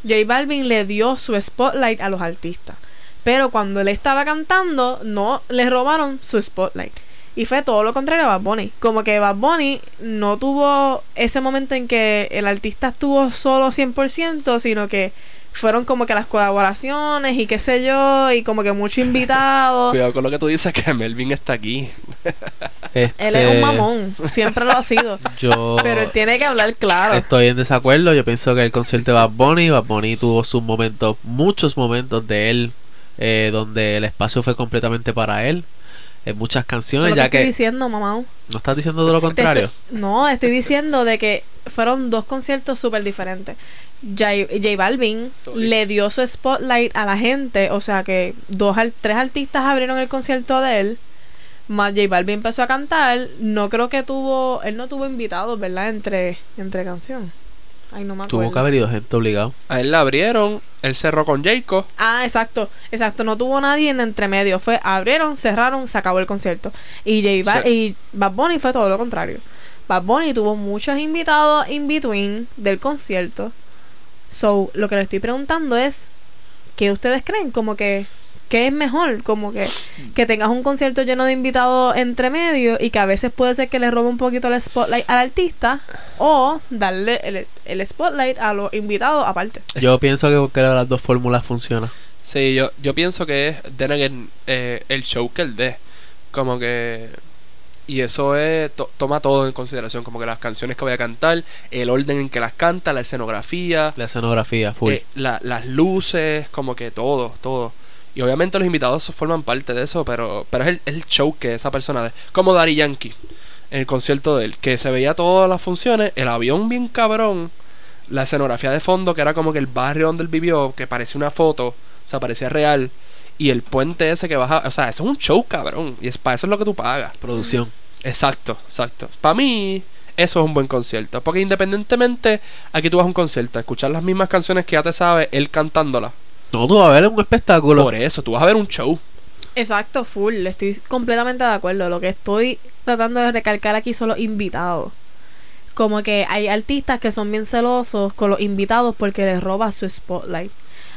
Speaker 3: J Balvin le dio su spotlight a los artistas. Pero cuando él estaba cantando, no le robaron su spotlight. Y fue todo lo contrario a Bad Bunny. Como que Bad Bunny no tuvo ese momento en que el artista estuvo solo 100%, sino que fueron como que las colaboraciones y qué sé yo, y como que muchos invitados.
Speaker 1: Cuidado con lo que tú dices, que Melvin está aquí.
Speaker 2: Este,
Speaker 3: Él es un mamón, siempre lo ha sido.
Speaker 2: Yo
Speaker 3: Pero él tiene que hablar claro.
Speaker 2: estoy en desacuerdo. Yo pienso que el concierto de Bad Bunny, Bad Bunny tuvo sus momentos, muchos momentos de él, eh, donde el espacio fue completamente para él. En muchas
Speaker 3: Eso es
Speaker 2: canciones,
Speaker 3: lo
Speaker 2: ya
Speaker 3: que
Speaker 2: que.
Speaker 3: estoy Este, diciendo, mamá.
Speaker 2: ¿No estás diciendo todo lo
Speaker 3: Te
Speaker 2: contrario?
Speaker 3: estoy- no, estoy diciendo de que fueron dos conciertos súper diferentes. J, J Balvin
Speaker 1: Sorry.
Speaker 3: le dio su spotlight a la gente, o sea que dos al- tres artistas abrieron el concierto de él. Más J Balvin empezó a cantar, no creo que tuvo, él no tuvo invitados, ¿verdad? Entre entre canción. Ay, no me acuerdo.
Speaker 2: Tuvo que haber ido gente obligado.
Speaker 1: A él la abrieron, él cerró con Jacob.
Speaker 3: Ah, exacto, exacto, no tuvo nadie en entremedio, fue abrieron, cerraron, se acabó el concierto. Y J Bal-
Speaker 1: Sí.
Speaker 3: y Bad Bunny fue todo lo contrario. Bad Bunny tuvo muchos invitados in between del concierto. So, lo que le estoy preguntando es ¿qué ustedes creen? Como que ¿qué es mejor? Como que que tengas un concierto lleno de invitados entre medio y que a veces puede ser que le robe un poquito el spotlight al artista o darle el, el spotlight a los invitados aparte.
Speaker 2: Yo pienso que cualquiera de las dos fórmulas funciona.
Speaker 1: Sí, yo, yo pienso que es then again, eh, el show que él dé. Como que. Y eso es. to- toma todo en consideración. Como que las canciones que voy a cantar, el orden en que las canta, la escenografía,
Speaker 2: La escenografía, full.
Speaker 1: eh, la- las luces, como que todo, todo. Y obviamente los invitados forman parte de eso, pero, pero es el, es el show que esa persona dé. Como Dari Yankee, en el concierto de él, que se veía todas las funciones, el avión bien cabrón, la escenografía de fondo, que era como que el barrio donde él vivió, que parecía una foto, o sea, parecía real, y el puente ese que baja, o sea, eso es un show cabrón, y es para eso es lo que tú pagas.
Speaker 2: Producción.
Speaker 1: Exacto, exacto. Para mí, eso es un buen concierto. Porque independientemente, aquí tú vas a un concierto, a escuchar las mismas canciones que ya te sabes, él cantándolas.
Speaker 2: No, tú vas a ver un espectáculo.
Speaker 1: Por eso, tú vas a ver un show.
Speaker 3: Exacto, full, estoy completamente de acuerdo. Lo que estoy tratando de recalcar aquí son los invitados. Como que hay artistas que son bien celosos con los invitados porque les roba su spotlight.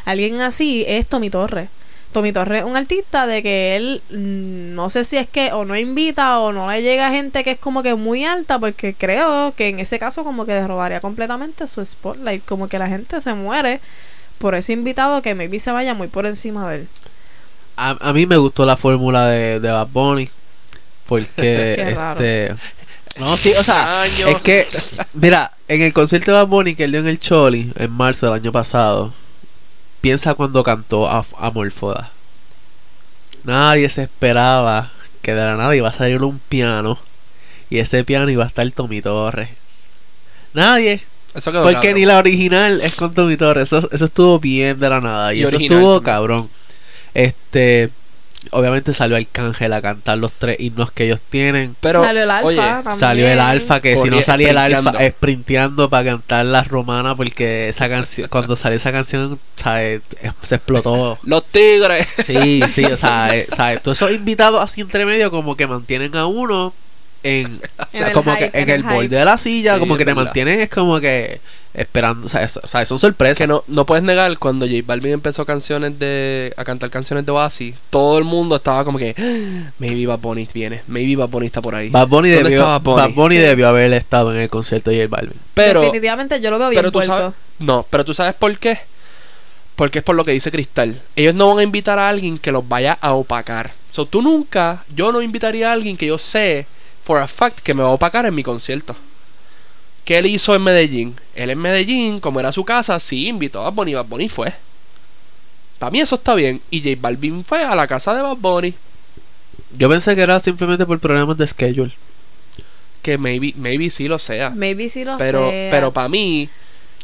Speaker 3: Alguien así es Tommy Torres. Tommy Torres es un artista de que él mm, no sé si es que o no invita o no le llega gente que es como que muy alta porque creo que en ese caso como que le robaría completamente su spotlight. Como que la gente se muere por ese invitado que maybe se vaya muy por encima de él.
Speaker 2: A, a mí me gustó la fórmula de, de Bad Bunny. Porque,
Speaker 3: Qué raro.
Speaker 2: este. No, sí, o sea,
Speaker 1: Años.
Speaker 2: es que, mira, en el concierto de Bad Bunny que él dio en el Choli, en marzo del año pasado, piensa cuando cantó a, a Morfoda. Nadie se esperaba que de la nada iba a salir un piano y ese piano iba a estar Tommy Torres. Nadie,
Speaker 1: Eso quedó
Speaker 2: porque
Speaker 1: cabrón.
Speaker 2: ni la original es con Tommy Torres. Eso, eso estuvo bien de la nada. Y,
Speaker 1: Y
Speaker 2: eso
Speaker 1: original
Speaker 2: estuvo
Speaker 1: también.
Speaker 2: cabrón. Este. Obviamente salió Arcángel a cantar los tres himnos que ellos tienen.
Speaker 1: Pero,
Speaker 3: Salió el alfa
Speaker 1: oye,
Speaker 3: también.
Speaker 2: Salió el alfa, que si
Speaker 1: Corría-
Speaker 2: no salía el alfa, eh,
Speaker 1: sprinteando.
Speaker 2: sprinteando para cantar la romana, porque esa canción, cuando salió esa canción, ¿sabes? Es- se explotó.
Speaker 1: los tigres.
Speaker 2: Sí, sí, o sea, eh, ¿sabes? Todos esos invitados así entre medio, como que mantienen a uno en, o sea,
Speaker 3: el
Speaker 2: como
Speaker 3: hype,
Speaker 2: que en
Speaker 3: en
Speaker 2: el
Speaker 3: el hype.
Speaker 2: borde de la silla,
Speaker 1: Sí,
Speaker 2: como
Speaker 1: es
Speaker 2: que te
Speaker 1: verdad.
Speaker 2: mantienen, es como que esperando, o sea, es- o sea, son sorpresas.
Speaker 1: que no, no puedes negar, cuando J Balvin empezó canciones de, a cantar canciones de Oasis, todo el mundo estaba como que, "Ah, maybe Bad Bunny viene, maybe Bad Bunny está por ahí.
Speaker 2: Bad Bunny,
Speaker 1: ¿Dónde
Speaker 2: debió,
Speaker 1: está Bad Bunny?
Speaker 2: Bad Bunny
Speaker 3: Sí.
Speaker 2: debió haber estado en el concierto de J Balvin.
Speaker 1: pero,
Speaker 3: Definitivamente yo lo veo bien
Speaker 1: pero tú
Speaker 3: puerto.
Speaker 1: sabes, no, pero tú sabes por qué. Porque es por lo que dice Cristal. Ellos no van a invitar a alguien que los vaya a opacar. So, tú nunca, yo no invitaría a alguien que yo sé, for a fact, que me va a opacar en mi concierto. ¿Qué él hizo en Medellín? Él en Medellín, como era su casa, sí invitó a Bad Bunny. Bad Bunny fue. Para mí eso está bien. Y J Balvin fue a la casa de Bad Bunny.
Speaker 2: Yo pensé que era simplemente por problemas de schedule.
Speaker 1: Que maybe, maybe sí lo sea.
Speaker 3: Maybe sí lo
Speaker 1: Pero,
Speaker 3: sea.
Speaker 1: pero para mí,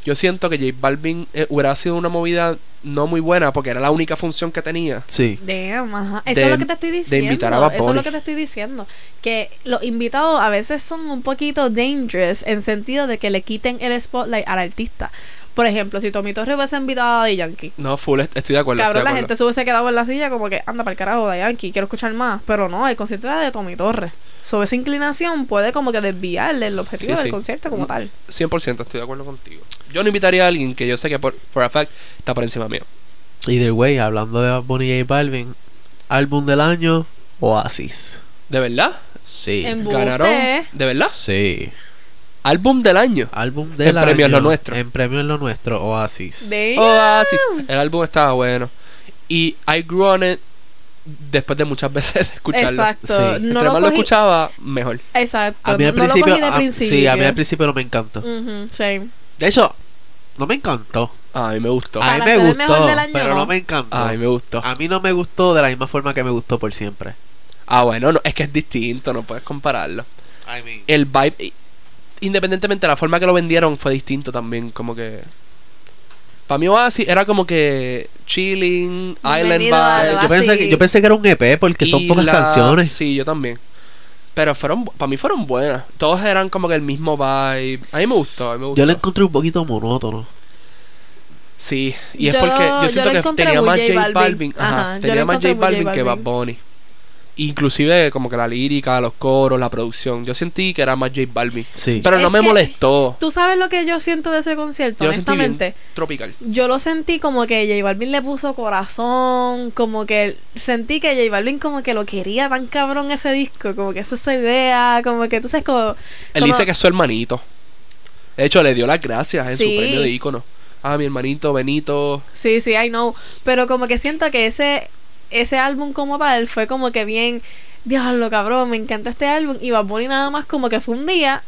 Speaker 1: yo siento que J Balvin eh, hubiera sido una movida no muy buena porque era la única función que tenía.
Speaker 2: Sí.
Speaker 3: Damn, ajá. Eso
Speaker 1: de-
Speaker 3: es lo que te estoy
Speaker 1: de
Speaker 3: diciendo.
Speaker 1: invitar a Bad
Speaker 3: Eso es
Speaker 1: Bunny.
Speaker 3: lo que te estoy diciendo. Que los invitados a veces son un poquito dangerous en sentido de que le quiten el spotlight al artista. Por ejemplo, si Tommy Torres hubiese invitado a Daddy Yankee.
Speaker 1: No, full, est- estoy de acuerdo.
Speaker 3: Cabrón, la
Speaker 1: estoy de
Speaker 3: gente
Speaker 1: acuerdo.
Speaker 3: se hubiese quedado en la silla como que anda para el carajo de Yankee, quiero escuchar más. Pero no, el concierto era de Tommy Torres. Sobre esa inclinación puede como que desviarle el objetivo
Speaker 1: Sí,
Speaker 3: del
Speaker 1: sí. Mm.
Speaker 3: concierto como tal.
Speaker 1: 100% estoy de acuerdo contigo. Yo no invitaría a alguien que yo sé que por for a fact está por encima mío.
Speaker 2: Either way, hablando de Bad Bunny y J Balvin, álbum del año, Oasis.
Speaker 1: ¿De verdad?
Speaker 2: Sí.
Speaker 3: En- Embuste.
Speaker 1: ¿Ganaron? ¿De verdad?
Speaker 2: Sí.
Speaker 1: Álbum del año.
Speaker 2: Álbum del
Speaker 1: En
Speaker 2: año.
Speaker 1: premio es lo nuestro.
Speaker 2: En premio es lo nuestro, Oasis.
Speaker 3: De
Speaker 1: Oasis. El álbum estaba bueno. Y I Grew On It después de muchas veces de escucharlo.
Speaker 3: Exacto.
Speaker 2: Sí.
Speaker 3: No
Speaker 1: Entre más
Speaker 3: lo
Speaker 1: lo
Speaker 3: cogí.
Speaker 1: escuchaba, mejor.
Speaker 3: Exacto.
Speaker 2: A mí al
Speaker 3: no lo
Speaker 2: principio,
Speaker 3: cogí de
Speaker 2: a-
Speaker 3: principio.
Speaker 2: sí, a mí al principio no me encantó.
Speaker 3: Ujú, same.
Speaker 2: De hecho, no me encantó.
Speaker 1: Ah, A mí me gustó. Ah,
Speaker 2: A
Speaker 3: Para
Speaker 2: mí me
Speaker 3: ser el
Speaker 2: gustó,
Speaker 3: mejor del año,
Speaker 2: pero no
Speaker 3: no.
Speaker 2: me encantó.
Speaker 1: A mí me gustó.
Speaker 2: A mí no me gustó de la misma forma que me gustó por siempre.
Speaker 1: Ah, bueno, no, es que es distinto, no puedes compararlo.
Speaker 2: I mean,
Speaker 1: El vibe, i- independientemente de la forma que lo vendieron, fue distinto también, como que... Para mí Oasis era como que chilling, island
Speaker 3: Bienvenido a
Speaker 1: vibe.
Speaker 3: Oasis.
Speaker 2: yo, pensé que, yo pensé que era un EP porque son
Speaker 1: y
Speaker 2: pocas
Speaker 1: la-
Speaker 2: canciones.
Speaker 1: Sí, yo también. Pero fueron, para mí fueron buenas. Todos eran como que el mismo vibe. A mí me gustó, a mí me gustó.
Speaker 2: Yo lo encontré un poquito monótono.
Speaker 1: Sí, y es
Speaker 3: Yo-
Speaker 1: porque yo
Speaker 3: yo
Speaker 1: siento
Speaker 3: lo
Speaker 1: que
Speaker 3: encontré
Speaker 1: tenía
Speaker 3: muy
Speaker 1: más
Speaker 3: J
Speaker 1: J Balvin.
Speaker 3: Balvin.
Speaker 1: Ajá,
Speaker 3: Ajá, yo
Speaker 1: tenía
Speaker 3: lo
Speaker 1: más J
Speaker 3: encontré muy
Speaker 1: Balvin,
Speaker 3: J
Speaker 1: que Bad
Speaker 3: Balvin.
Speaker 1: Bunny. Inclusive como que la lírica, los coros, la producción. Yo sentí que era más J Balvin.
Speaker 2: Sí.
Speaker 1: Pero no
Speaker 3: Es
Speaker 1: me
Speaker 3: que-
Speaker 1: molestó.
Speaker 3: ¿Tú sabes lo que yo siento de ese concierto?
Speaker 1: Yo lo sentí bien
Speaker 3: honestamente.
Speaker 1: tropical.
Speaker 3: Yo lo sentí como que J Balvin le puso corazón, como que sentí que J Balvin como que lo quería tan cabrón ese disco, como que esa es su idea, como que tú sabes como...
Speaker 1: Él
Speaker 3: como-
Speaker 1: dice que es su hermanito. De hecho, le dio las gracias en su
Speaker 3: Sí.
Speaker 1: premio de ícono. Ah, mi hermanito Benito.
Speaker 3: Sí, sí, I know. Pero como que siento que ese, ese álbum como tal fue como que bien, diablo cabrón, me encanta este álbum. Y Bad Bunny nada más como que fue un día,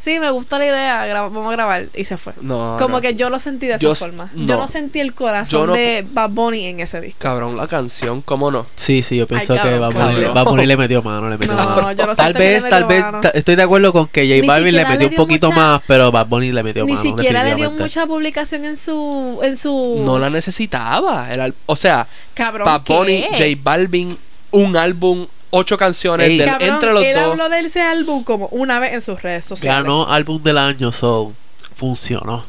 Speaker 3: sí, me gustó la idea, gra- vamos a grabar, y se fue.
Speaker 1: No.
Speaker 3: Como
Speaker 1: no.
Speaker 3: que yo lo sentí de esa
Speaker 1: Yo s-
Speaker 3: forma.
Speaker 1: no.
Speaker 3: Yo no sentí el corazón
Speaker 1: Yo no-
Speaker 3: de Bad Bunny en ese disco.
Speaker 1: Cabrón, la canción, cómo no.
Speaker 2: Sí, sí, yo pienso
Speaker 3: Ay,
Speaker 2: que
Speaker 3: cabrón,
Speaker 2: Bad Bunny,
Speaker 1: cabrón.
Speaker 2: Bad Bunny le metió mano, le metió
Speaker 3: No,
Speaker 2: mano.
Speaker 3: yo no
Speaker 2: tal
Speaker 3: siento que le
Speaker 2: vez,
Speaker 3: metió
Speaker 2: tal vez,
Speaker 3: mano.
Speaker 2: ta- estoy de acuerdo con que J
Speaker 3: Ni
Speaker 2: Balvin le
Speaker 3: siquiera
Speaker 2: metió
Speaker 3: le
Speaker 2: un
Speaker 3: dio
Speaker 2: poquito
Speaker 3: mucha-
Speaker 2: más, pero Bad Bunny le metió
Speaker 3: Ni
Speaker 2: mano.
Speaker 3: siquiera le dio
Speaker 2: definitivamente.
Speaker 3: mucha publicación en su... En su...
Speaker 1: No la necesitaba. Era- o sea,
Speaker 3: Cabrón,
Speaker 1: Bad Bunny,
Speaker 3: Uh. ¿qué?
Speaker 1: J Balvin, un álbum, ocho canciones
Speaker 2: Ey,
Speaker 1: del-
Speaker 3: Cabrón,
Speaker 1: entre los
Speaker 3: él
Speaker 1: dos.
Speaker 3: habló de ese álbum como una vez en sus redes sociales.
Speaker 2: Ganó álbum del año, so funcionó.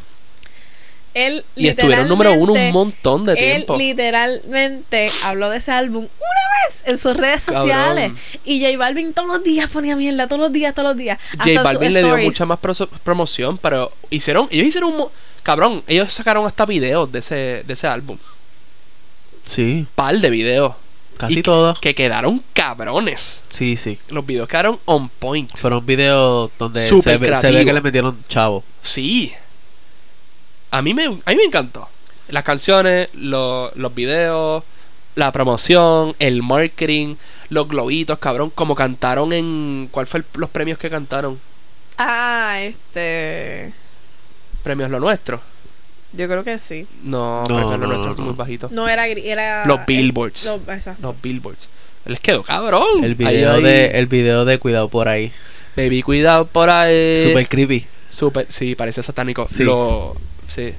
Speaker 3: Él
Speaker 1: Y estuvieron número uno un
Speaker 3: literalmente-
Speaker 1: montón de
Speaker 3: Él
Speaker 1: tiempo.
Speaker 3: literalmente habló de ese álbum una vez en sus redes
Speaker 1: Cabrón.
Speaker 3: sociales. Y J Balvin todos los días ponía mierda, todos los días, todos los días. Hasta
Speaker 1: J
Speaker 3: en sus
Speaker 1: Balvin le dio
Speaker 3: stories.
Speaker 1: mucha más proso- promoción, pero hicieron, ellos hicieron un mo- cabrón, ellos sacaron hasta videos de ese, de ese álbum,
Speaker 2: Sí,
Speaker 1: par de videos
Speaker 2: casi
Speaker 1: Y-
Speaker 2: todas.
Speaker 1: que quedaron cabrones.
Speaker 2: Sí, sí.
Speaker 1: Los videos quedaron on point.
Speaker 2: Fueron videos donde se,
Speaker 1: Súper
Speaker 2: ve- se
Speaker 1: creativo.
Speaker 2: ve que le metieron chavo.
Speaker 1: Sí. A mí me, a mí me encantó. Las canciones, lo- los videos, la promoción, el marketing, los globitos, cabrón, como cantaron en... ¿Cuál fue el- los premios que cantaron?
Speaker 3: Ah, este.
Speaker 1: Premios Lo Nuestro.
Speaker 3: Yo creo que sí.
Speaker 1: No,
Speaker 2: No,
Speaker 1: Premios
Speaker 2: no,
Speaker 1: Lo Nuestro
Speaker 2: no,
Speaker 1: fue
Speaker 2: no.
Speaker 1: muy bajito.
Speaker 3: No era. gri- era
Speaker 1: Los billboards.
Speaker 3: eh, los- exacto.
Speaker 1: Los billboards. Les quedó cabrón.
Speaker 2: El
Speaker 1: Ahí,
Speaker 2: video,
Speaker 1: ahí.
Speaker 2: de, el video de Cuidado por ahí.
Speaker 1: Baby, cuidado por ahí.
Speaker 2: Super creepy.
Speaker 1: Super- Sí, parece satánico.
Speaker 2: Sí.
Speaker 1: Lo... Sí.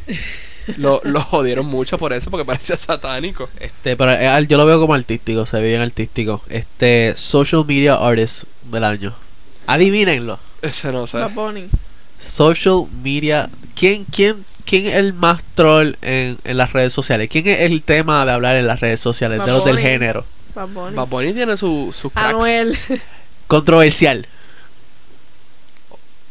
Speaker 1: lo, lo jodieron mucho por eso, porque parecía satánico.
Speaker 2: Este, pero eh, yo lo veo como artístico, se ve bien artístico. Este, Social Media Artist del año. Adivínenlo.
Speaker 1: Ese no sé.
Speaker 3: Bad Bunny.
Speaker 2: Social Media. ¿Quién, quién, quién es el más troll en, en las redes sociales? ¿Quién es el tema de hablar en las redes sociales?
Speaker 3: Bad
Speaker 2: de los del
Speaker 3: Bunny.
Speaker 2: género.
Speaker 3: Bad Bunny.
Speaker 1: Bad Bunny tiene su- sus cracks.
Speaker 3: Anuel.
Speaker 2: Controversial.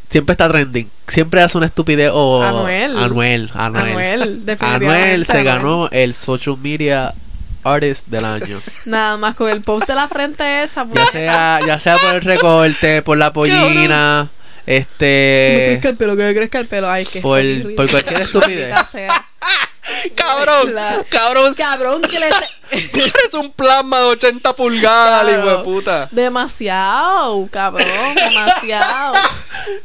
Speaker 2: Siempre está trending. Siempre hace una estupidez o...
Speaker 3: Anuel.
Speaker 2: Anuel. Anuel.
Speaker 3: Anuel, definitivamente.
Speaker 2: Anuel se
Speaker 3: Anuel.
Speaker 2: ganó el Social Media Artist del año.
Speaker 3: Nada más con el post de la frente esa.
Speaker 2: Ya
Speaker 3: pues.
Speaker 2: sea, ya sea por el recorte, por la pollina,
Speaker 3: Que me
Speaker 2: este
Speaker 3: crezca el pelo, que me crezca el pelo. Ay, qué
Speaker 2: por,
Speaker 3: fucking
Speaker 2: por
Speaker 3: ridículo.
Speaker 2: cualquier estupidez.
Speaker 3: Maldita sea.
Speaker 1: Cabrón,
Speaker 3: La-
Speaker 1: cabrón,
Speaker 3: Cabrón, que le.
Speaker 1: eres un plasma de 80 pulgadas,
Speaker 3: Claro.
Speaker 1: hijo de puta.
Speaker 3: Demasiado, cabrón, demasiado.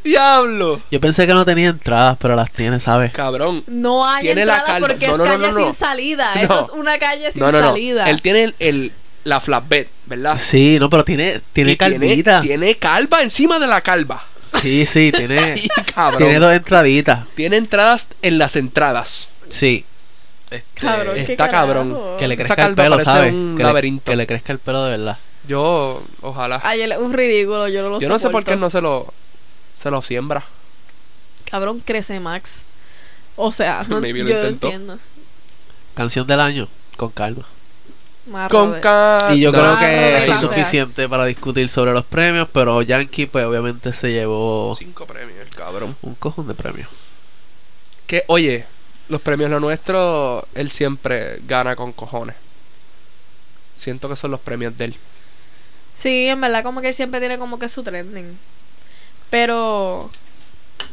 Speaker 1: Diablo.
Speaker 2: Yo pensé que no tenía entradas, pero las tiene, ¿sabes?
Speaker 1: Cabrón.
Speaker 3: No hay
Speaker 1: Tiene la
Speaker 3: entrada
Speaker 1: calma.
Speaker 3: porque
Speaker 1: No,
Speaker 3: es
Speaker 1: no, no,
Speaker 3: calle
Speaker 1: no, no.
Speaker 3: sin salida.
Speaker 1: No.
Speaker 3: Eso es una calle sin
Speaker 1: No, no, no.
Speaker 3: salida.
Speaker 1: Él tiene el, el- la flatbed, ¿verdad?
Speaker 2: Sí, no, pero tiene
Speaker 1: Y
Speaker 2: tiene calvita.
Speaker 1: Tiene, calva encima de la calva.
Speaker 2: Sí, sí, tiene
Speaker 1: Sí, cabrón.
Speaker 2: tiene
Speaker 1: Tiene,
Speaker 2: dos entraditas.
Speaker 1: entradas en las entradas.
Speaker 2: Sí. Este,
Speaker 3: Cabrón,
Speaker 1: Eh,
Speaker 3: qué
Speaker 1: está cabrón.
Speaker 3: carajo.
Speaker 2: que le
Speaker 1: Esa
Speaker 2: crezca el
Speaker 1: calva
Speaker 2: pelo,
Speaker 1: parece
Speaker 2: ¿sabes?
Speaker 1: un
Speaker 2: Que le,
Speaker 1: laberinto.
Speaker 2: que le crezca el pelo de verdad.
Speaker 1: Yo, ojalá.
Speaker 3: Ay, él es un ridículo, yo no lo
Speaker 1: Yo no sé por qué
Speaker 3: soporto.
Speaker 1: no se lo se lo siembra.
Speaker 3: Cabrón, crece Max. O sea, no,
Speaker 1: Maybe lo
Speaker 3: yo lo
Speaker 1: intentó.
Speaker 3: entiendo.
Speaker 2: Canción del año, con calma.
Speaker 3: Más
Speaker 1: Con
Speaker 3: Robert.
Speaker 1: calma.
Speaker 2: Y yo
Speaker 3: no.
Speaker 2: creo
Speaker 3: Ah, no,
Speaker 2: que
Speaker 3: no,
Speaker 2: eso es
Speaker 3: no, no.
Speaker 2: suficiente para discutir sobre los premios, pero Yankee pues obviamente se llevó
Speaker 1: Cinco premios, el cabrón.
Speaker 2: un cojón de premios.
Speaker 1: Que, oye, los premios lo nuestro, él siempre gana con cojones. Siento que son los premios de él.
Speaker 3: Sí, en verdad como que él siempre tiene como que su trending. Pero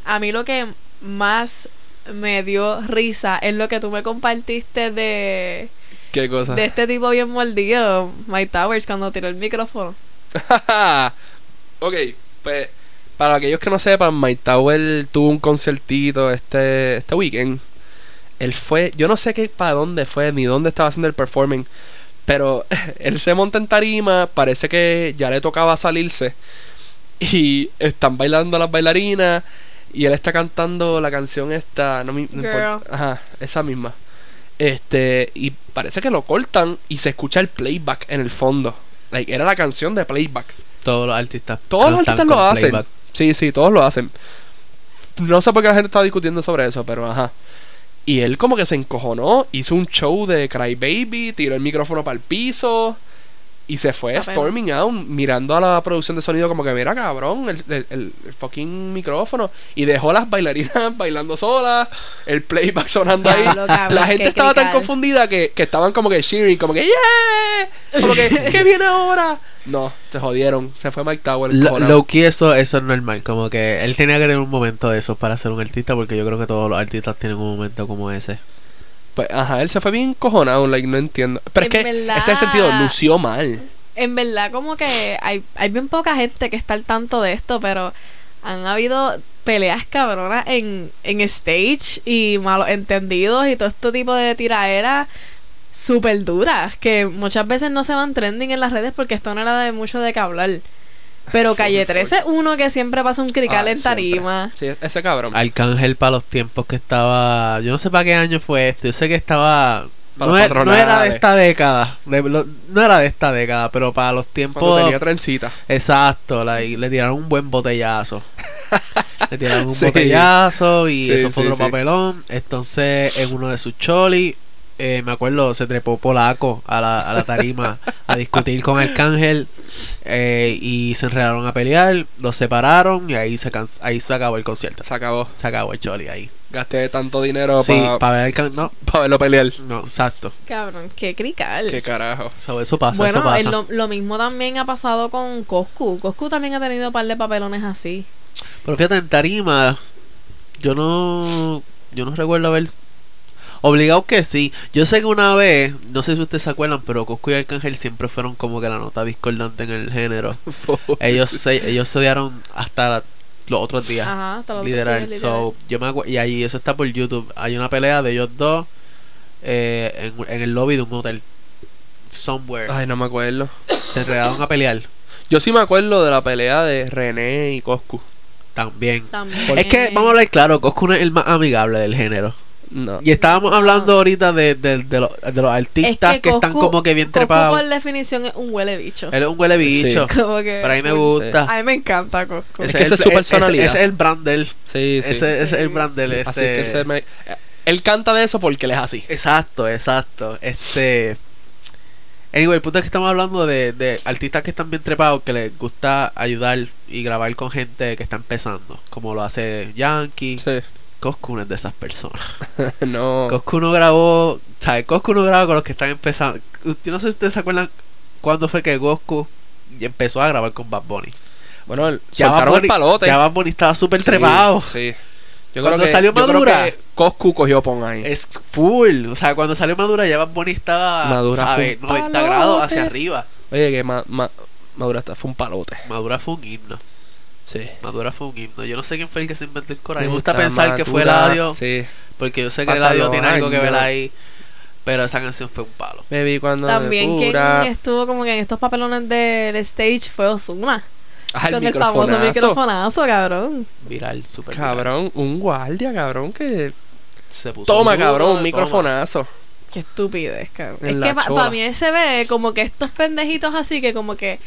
Speaker 3: a mí lo que más me dio risa es lo que tú me compartiste de,
Speaker 1: ¿Qué cosa?
Speaker 3: de este tipo bien mordido, Mike Towers, cuando tiró el micrófono.
Speaker 1: ok, pues para aquellos que no sepan, Mike Tower tuvo un concertito este, este weekend. Él fue, yo no sé qué para dónde fue ni dónde estaba haciendo el performing, pero él se monta en tarima, parece que ya le tocaba salirse. Y están bailando las bailarinas y él está cantando la canción esta, no me no importa.
Speaker 3: Girl.
Speaker 1: Ajá, esa misma. Este, y parece que lo cortan y se escucha el playback en el fondo. Like, era la canción de playback.
Speaker 2: Todos los artistas.
Speaker 1: Todos los
Speaker 2: cantan
Speaker 1: artistas lo
Speaker 2: con
Speaker 1: hacen.
Speaker 2: playback.
Speaker 1: Sí, sí, todos lo hacen. No sé por qué la gente está discutiendo sobre eso, pero ajá. Y él como que se encojonó, hizo un show de Cry Baby, tiró el micrófono para el piso y se fue
Speaker 3: Apenas.
Speaker 1: storming out mirando a la producción de sonido como que mira cabrón el, el- el- el fucking micrófono y dejó las bailarinas bailando solas, el playback sonando ahí.
Speaker 3: Diablo, cabrón,
Speaker 1: La
Speaker 3: qué
Speaker 1: gente estaba tan
Speaker 3: crical.
Speaker 1: confundida que, que estaban como que cheering, como que ¡Yeah! Como que ¿qué viene ahora? No, se jodieron. Se fue Mike Tower.
Speaker 2: Lo-
Speaker 1: encojonado.
Speaker 2: Low-key eso, eso es normal, como que él tenía que tener un momento de esos para ser un artista, porque yo creo que todos los artistas tienen un momento como ese.
Speaker 1: Pues, ajá, él se fue bien cojonado, like, no entiendo. Pero es
Speaker 3: En
Speaker 1: que
Speaker 3: verdad.
Speaker 1: ese es el sentido, lució mal.
Speaker 3: En verdad como que hay, hay bien poca gente que está al tanto de esto, pero han habido peleas cabronas en, en stage y malos entendidos y todo este tipo de tiraderas súper duras que muchas veces no se van trending en las redes porque esto no era de mucho de que hablar. Pero Calle 13 es uno que siempre pasa un crical
Speaker 1: Ah,
Speaker 3: en
Speaker 1: siempre.
Speaker 3: tarima.
Speaker 1: Sí, ese cabrón.
Speaker 2: Arcángel para los tiempos que estaba, yo no sé para qué año fue esto, yo sé que estaba
Speaker 1: Para
Speaker 2: no,
Speaker 1: los
Speaker 2: e- no era de
Speaker 1: patronales.
Speaker 2: esta década, de- lo- no era de esta década, pero para los
Speaker 1: Cuando
Speaker 2: tiempos
Speaker 1: tenía trencita.
Speaker 2: Exacto, like, le tiraron un buen botellazo. le tiraron un
Speaker 1: Sí.
Speaker 2: botellazo y
Speaker 1: Sí,
Speaker 2: eso fue
Speaker 1: sí,
Speaker 2: otro
Speaker 1: sí.
Speaker 2: papelón. Entonces, en uno de sus cholis, eh, me acuerdo, se trepó polaco a la, a la tarima a discutir con Arcángel eh, y se enredaron a pelear, los separaron y ahí se, can- ahí se acabó el concierto.
Speaker 1: Se acabó.
Speaker 2: Se acabó el choli ahí.
Speaker 1: Gasté tanto dinero
Speaker 2: sí,
Speaker 1: para
Speaker 2: para ver Arcángel. No,
Speaker 1: verlo pelear.
Speaker 2: no, exacto.
Speaker 3: Cabrón, qué crical.
Speaker 1: Qué carajo.
Speaker 2: So, eso pasa, eso
Speaker 3: bueno,
Speaker 2: pasa.
Speaker 3: eh, lo, lo mismo también ha pasado con Coscu. Coscu también ha tenido un par de papelones así.
Speaker 2: Pero fíjate, en tarima, yo no, yo no recuerdo haber... Obligado que sí. Yo sé que una vez, no sé si ustedes se acuerdan, pero Cosco y Arcángel siempre fueron como que la nota discordante en el género. Ellos se, ellos se odiaron hasta la- los otros días.
Speaker 3: Ajá, hasta los
Speaker 2: literal.
Speaker 3: otros días,
Speaker 2: So, yo me acuerdo, y ahí eso está por YouTube. Hay una pelea de ellos dos eh, en, en el lobby de un hotel. Somewhere.
Speaker 1: Ay, no me acuerdo.
Speaker 2: Se enredaron a pelear.
Speaker 1: Yo sí me acuerdo de la pelea de René y Coscu.
Speaker 2: También.
Speaker 3: También.
Speaker 2: Es que, vamos a hablar claro, Cosco no es el más amigable del género.
Speaker 1: No.
Speaker 2: Y estábamos
Speaker 3: No.
Speaker 2: hablando ahorita de, de, de los, de los artistas que, están
Speaker 3: Coscu-
Speaker 2: como que bien
Speaker 3: Coscu,
Speaker 2: trepados.
Speaker 3: por definición es un huele bicho.
Speaker 2: Él es un huele bicho.
Speaker 3: Como que.
Speaker 2: Pero a mí me gusta.
Speaker 3: A mí me encanta Coscu.
Speaker 1: Es que esa es su
Speaker 2: el-
Speaker 1: personalidad.
Speaker 2: Ese, ese es el brand de él.
Speaker 1: Sí, sí.
Speaker 2: Ese, ese es el brand de él.
Speaker 1: Así
Speaker 2: este-
Speaker 1: que él se me- Él canta de eso porque él es así.
Speaker 2: Exacto, exacto. Este. Anyway, el punto es que estamos hablando de, de artistas que están bien trepados, que les gusta ayudar y grabar con gente que está empezando, como lo hace Yankee.
Speaker 1: Sí.
Speaker 2: Coscu no es de esas personas.
Speaker 1: no.
Speaker 2: Coscu no grabó, ¿sabes? Coscu no graba con los que están empezando. Yo no sé si ustedes se acuerdan cuándo fue que Coscu empezó a grabar con Bad Bunny.
Speaker 1: Bueno, el-
Speaker 2: Ya Bad
Speaker 1: soltaron el
Speaker 2: Bunny-
Speaker 1: palote.
Speaker 2: Ya Bad Bunny estaba súper trepado.
Speaker 1: Sí. sí. Yo
Speaker 2: Cuando
Speaker 1: creo que,
Speaker 2: salió
Speaker 1: yo creo
Speaker 2: Madura.
Speaker 1: que Coscu cogió pon ahí.
Speaker 2: Es full. O sea, cuando salió Madura, ya Bad Bunny estaba,
Speaker 1: Madura fue
Speaker 2: ¿sabes?
Speaker 1: un
Speaker 2: 90
Speaker 1: palote.
Speaker 2: grados hacia arriba.
Speaker 1: Oye, que ma, ma- Madura hasta fue un palote.
Speaker 2: Madura fue un himno.
Speaker 1: Sí.
Speaker 2: Madura fue un himno. Yo no sé quién fue el que se inventó el coral. Me gusta pensar que fue Eladio,
Speaker 1: Sí.
Speaker 2: porque yo sé que
Speaker 1: Pasan
Speaker 2: Eladio
Speaker 1: los
Speaker 2: tiene algo que ver
Speaker 1: años.
Speaker 2: ahí. Pero esa canción fue un palo.
Speaker 1: Baby, cuando
Speaker 3: También quien
Speaker 1: Madura-
Speaker 3: estuvo como que en estos papelones del stage fue Ozuna.
Speaker 1: Ah, el
Speaker 3: con el famoso
Speaker 1: microfonazo.
Speaker 3: microfonazo, cabrón.
Speaker 2: Viral, super
Speaker 1: Cabrón, un guardia, cabrón, que...
Speaker 2: Se puso
Speaker 1: Toma,
Speaker 2: duro,
Speaker 1: cabrón, un
Speaker 2: toma.
Speaker 1: microfonazo.
Speaker 3: Qué estupidez, cabrón.
Speaker 1: En
Speaker 3: es
Speaker 1: la
Speaker 3: que para
Speaker 1: chola.
Speaker 3: mí él se ve como que estos pendejitos así que como que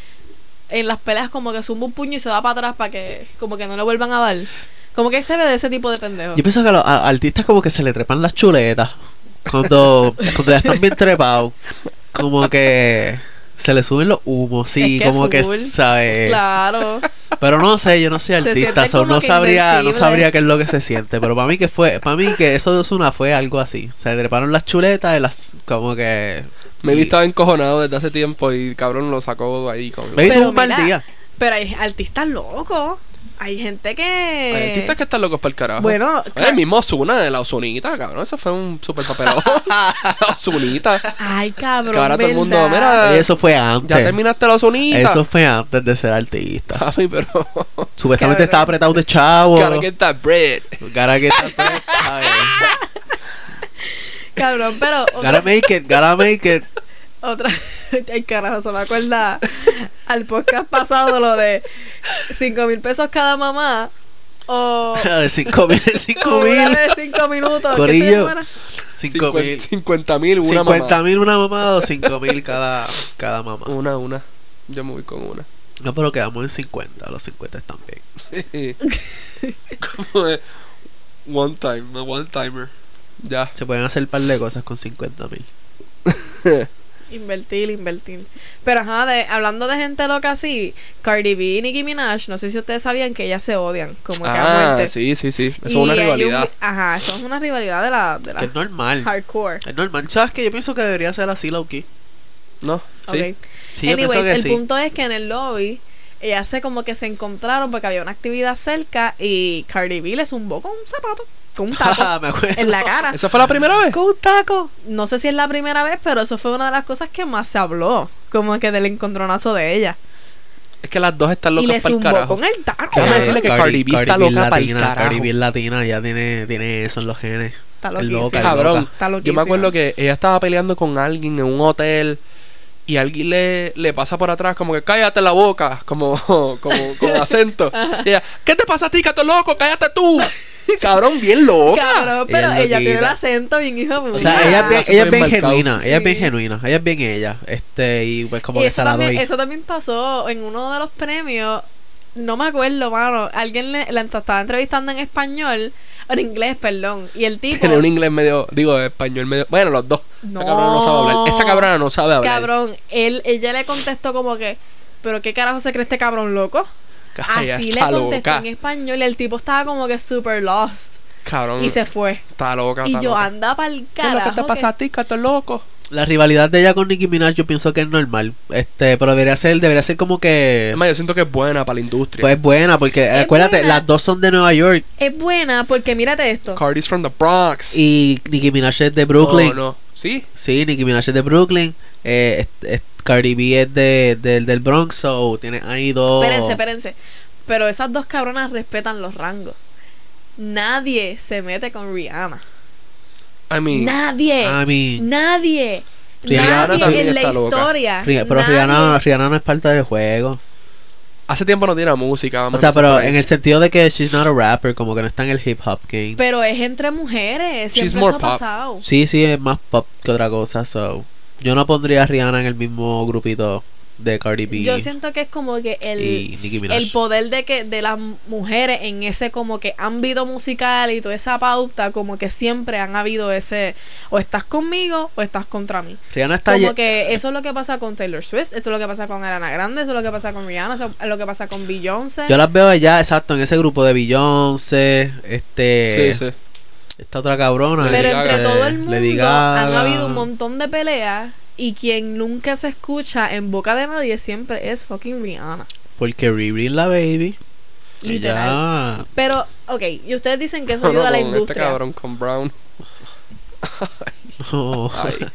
Speaker 3: en las peleas como que zumba un puño y se va para atrás para que como que no le vuelvan a dar. Como que él se ve de ese tipo de pendejo.
Speaker 2: Yo pienso que a los a- artistas como que se le trepan las chuletas. Cuando, cuando ya están bien trepados. Como que se le suben los humos, sí,
Speaker 3: Es que
Speaker 2: como que
Speaker 3: full.
Speaker 2: sabe.
Speaker 3: Claro.
Speaker 2: Pero no sé, yo no soy artista,
Speaker 3: siente
Speaker 2: so,
Speaker 3: como
Speaker 2: no
Speaker 3: que
Speaker 2: sabría, no
Speaker 3: invencible.
Speaker 2: sabría qué es lo que se siente, pero para mí que fue, para mí que eso de Osuna fue algo así. Se treparon las chuletas y las como que
Speaker 1: Me he
Speaker 2: y-
Speaker 1: visto encojonado desde hace tiempo y cabrón lo sacó ahí con.
Speaker 2: me
Speaker 3: Pero
Speaker 2: hizo un mal
Speaker 3: mira,
Speaker 2: día.
Speaker 3: Pero hay artistas locos. Hay gente que.
Speaker 1: Hay artistas que están locos para el carajo.
Speaker 3: Bueno,
Speaker 1: Oye,
Speaker 3: claro-
Speaker 1: el mismo Osuna, de la Osunita, cabrón. Eso fue un super papelón. la Osunita.
Speaker 3: Ay, cabrón.
Speaker 1: Que ahora todo el mundo,
Speaker 3: ¿verdad?
Speaker 1: mira,
Speaker 2: Oye, eso fue
Speaker 1: Ya
Speaker 2: antes.
Speaker 1: terminaste la Osunita.
Speaker 2: Eso fue antes de ser artista.
Speaker 1: Papi, pero.
Speaker 2: Supuestamente
Speaker 3: Cabrón.
Speaker 2: estaba apretado de chavo.
Speaker 1: Cara que está bread.
Speaker 2: Gotta get that bread. Ay.
Speaker 3: Cabrón, pero.
Speaker 2: Gotta
Speaker 3: Otra,
Speaker 2: make it, gotta make it.
Speaker 3: otra. Ay, carajo, se me acuerda al podcast pasado lo de 5 mil pesos cada mamá. O.
Speaker 2: Ah, De cinco mil, cinco
Speaker 3: o Oh. una
Speaker 2: mil,
Speaker 3: de 5 minutos. ¿Qué se
Speaker 2: Corillo.
Speaker 3: llama?
Speaker 2: cinco mil.
Speaker 1: 50 mil, una
Speaker 2: Cincuenta
Speaker 1: mamá.
Speaker 2: mil una mamá o cinco mil cada, cada mamá.
Speaker 1: Una, una. Yo me voy con una.
Speaker 2: No, pero quedamos en 50. Los 50 están bien.
Speaker 1: Sí. Como de. One time, a one timer. Ya.
Speaker 2: Se pueden hacer un par de cosas con 50 mil.
Speaker 3: Invertir, invertir. Pero ajá, de, hablando de gente loca así, Cardi B y Nicki Minaj, no sé si ustedes sabían que ellas se odian, como que a
Speaker 1: Ah,
Speaker 3: muerte.
Speaker 1: sí, sí, sí. Eso es
Speaker 3: Y
Speaker 1: una
Speaker 3: hay un vi-
Speaker 1: rivalidad.
Speaker 3: ajá, eso es una rivalidad de la, de la
Speaker 2: Que es normal.
Speaker 3: hardcore.
Speaker 2: Es normal. ¿Sabes que Yo pienso que debería ser así, Lauki.
Speaker 1: No, sí.
Speaker 3: ok.
Speaker 2: Sí, yo
Speaker 3: Anyways,
Speaker 2: pienso que
Speaker 3: el
Speaker 2: sí.
Speaker 3: punto es que en el lobby ellas se como que se encontraron porque había una actividad cerca y Cardi B le zumbó con un zapato, con un taco
Speaker 2: Ah, Me acuerdo.
Speaker 3: en la cara.
Speaker 1: ¿Esa fue la primera vez?
Speaker 2: Con un taco.
Speaker 3: No sé si es la primera vez, pero eso fue una de las cosas que más se habló, como que del encontronazo de ella.
Speaker 1: Es que las dos están
Speaker 3: Y le
Speaker 1: locas para el
Speaker 3: zumbó
Speaker 1: carajo.
Speaker 3: con el taco.
Speaker 1: Déjame decirle que Cardi B está loca pa'l
Speaker 2: latina,
Speaker 1: carajo.
Speaker 2: Cardi B es latina, ya tiene, tiene eso en los genes.
Speaker 3: Está
Speaker 2: Es
Speaker 3: loquísimo.
Speaker 2: loca, es
Speaker 1: Cabrón.
Speaker 2: loca.
Speaker 3: Está
Speaker 1: Yo
Speaker 3: loquísimo.
Speaker 1: me acuerdo que ella estaba peleando con alguien en un hotel y alguien le, le pasa por atrás como que cállate la boca, como, como con acento. Y ella, ¿qué te pasa a ti, que estás loco? Cállate tú. Cabrón, bien loca.
Speaker 3: Cabrón, pero
Speaker 2: Ella
Speaker 3: ella,
Speaker 2: es
Speaker 3: tiene el
Speaker 2: loquita.
Speaker 3: acento bien hijo de
Speaker 2: O
Speaker 3: puta.
Speaker 2: sea, ella es bien,
Speaker 1: Eso
Speaker 2: ella es
Speaker 1: estoy
Speaker 2: bien
Speaker 1: embarcado.
Speaker 2: genuina, ella es bien
Speaker 3: Sí.
Speaker 2: genuina, ella es bien ella. Este, y pues como
Speaker 3: Y
Speaker 2: que
Speaker 3: eso
Speaker 2: se la
Speaker 3: también,
Speaker 2: doy.
Speaker 3: eso también pasó en uno de los premios. No me acuerdo, mano. Alguien le, la ent- estaba entrevistando en español, en inglés, perdón. Y el tipo,
Speaker 1: Tiene un inglés medio, digo, español medio. Bueno, los dos.
Speaker 3: No.
Speaker 1: Esa cabrona no sabe hablar. Esa cabrona no sabe hablar.
Speaker 3: cabrón, él, ella le contestó como que, ¿pero qué carajo se cree este cabrón loco?
Speaker 1: Calla,
Speaker 3: Así le
Speaker 1: está
Speaker 3: contestó
Speaker 1: loca.
Speaker 3: en español y el tipo estaba como que super lost.
Speaker 1: Cabrón,
Speaker 3: Y se fue.
Speaker 1: está loca.
Speaker 3: Y
Speaker 1: Mm. está
Speaker 3: yo
Speaker 1: loca.
Speaker 3: anda para el
Speaker 1: ¿Qué es lo
Speaker 3: carajo.
Speaker 1: que te pasa a ti, que estás loco?
Speaker 2: La rivalidad de ella con Nicki Minaj yo pienso que es normal. Este, pero debería ser, debería ser como que
Speaker 1: Es más, yo siento que es buena para la industria.
Speaker 2: pues buena, porque
Speaker 3: Es
Speaker 2: acuérdate,
Speaker 3: buena.
Speaker 2: las dos son de Nueva York
Speaker 3: que- Es buena porque mírate esto.
Speaker 1: Cardi's from the Bronx.
Speaker 2: y Nicki Minaj es de Brooklyn.
Speaker 1: Oh, No, no. Sí,
Speaker 2: Sí, Nicki Minaj es de Brooklyn. Eh, es- es- Cardi B es de, del- del Bronx, so tiene ahí dos.
Speaker 3: Espérense, espérense. Pero esas dos cabronas respetan los rangos. Nadie se mete con Rihanna.
Speaker 1: I mean.
Speaker 3: Nadie.
Speaker 2: I mean,
Speaker 3: Nadie.
Speaker 2: Rihanna
Speaker 3: nadie
Speaker 1: también
Speaker 3: en la
Speaker 1: está loca.
Speaker 3: historia.
Speaker 2: Ri- pero
Speaker 3: nadie.
Speaker 2: Rihanna, Rihanna no es parte del juego.
Speaker 1: Hace tiempo no tira música. vamos
Speaker 2: O
Speaker 1: a
Speaker 2: sea,
Speaker 1: empezar
Speaker 2: pero
Speaker 1: por ahí.
Speaker 2: en el sentido de que she's not a rapper, como que no está en el hip hop game.
Speaker 3: Pero es entre mujeres.
Speaker 1: She's
Speaker 3: Siempre
Speaker 1: more
Speaker 3: eso ha
Speaker 1: pop.
Speaker 3: pasado.
Speaker 2: Sí, sí, es más pop que otra cosa, so. Yo no pondría a Rihanna en el mismo grupito de Cardi B
Speaker 3: Yo siento que es como que el,
Speaker 2: y Nicki Minaj.
Speaker 3: el poder de que de las mujeres en ese como que ámbito musical y toda esa pauta, como que siempre han habido ese o estás conmigo o estás contra mí.
Speaker 2: Rihanna está
Speaker 3: como
Speaker 2: lle-
Speaker 3: que eso es lo que pasa con Taylor Swift, eso es lo que pasa con Ariana Grande, eso es lo que pasa con Rihanna, eso es lo que pasa con Beyoncé.
Speaker 2: Yo las veo allá, exacto, en ese grupo de Beyoncé, este
Speaker 1: Sí, sí.
Speaker 2: esta otra cabrona.
Speaker 3: Pero
Speaker 1: Lady
Speaker 3: entre
Speaker 1: Gaga.
Speaker 3: todo el mundo
Speaker 2: Lady Gaga.
Speaker 3: han habido un montón de peleas y quien nunca se escucha en boca de nadie siempre es fucking Rihanna.
Speaker 2: Porque Riri es la baby.
Speaker 3: Literal.
Speaker 2: Ella-
Speaker 3: Pero, ok, y ustedes dicen que eso ayuda a la
Speaker 1: con este
Speaker 3: industria.
Speaker 1: cabrón, con Brown.
Speaker 2: no.
Speaker 1: Ay.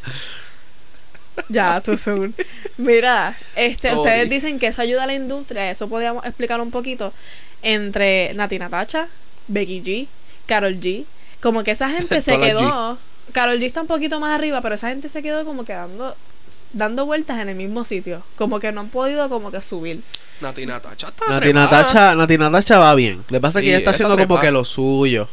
Speaker 3: Ya, tú soon. Mira, este,
Speaker 1: Sorry.
Speaker 3: ustedes dicen que eso ayuda a la industria. Eso podíamos explicar un poquito. Entre Nati Natacha, Becky G, Carol G. Como que esa gente se
Speaker 1: Todas las
Speaker 3: quedó. Carol G está un poquito más arriba, pero esa gente se quedó como que dando, dando vueltas en el mismo sitio. Como que no han podido como que subir.
Speaker 1: Nati Natacha está
Speaker 2: Nati
Speaker 1: trepada.
Speaker 2: Natacha, Nati Natacha va bien. Le pasa es
Speaker 1: Sí,
Speaker 2: que ella está
Speaker 1: ella
Speaker 2: haciendo
Speaker 1: está
Speaker 2: como
Speaker 1: trepada.
Speaker 2: que lo suyo.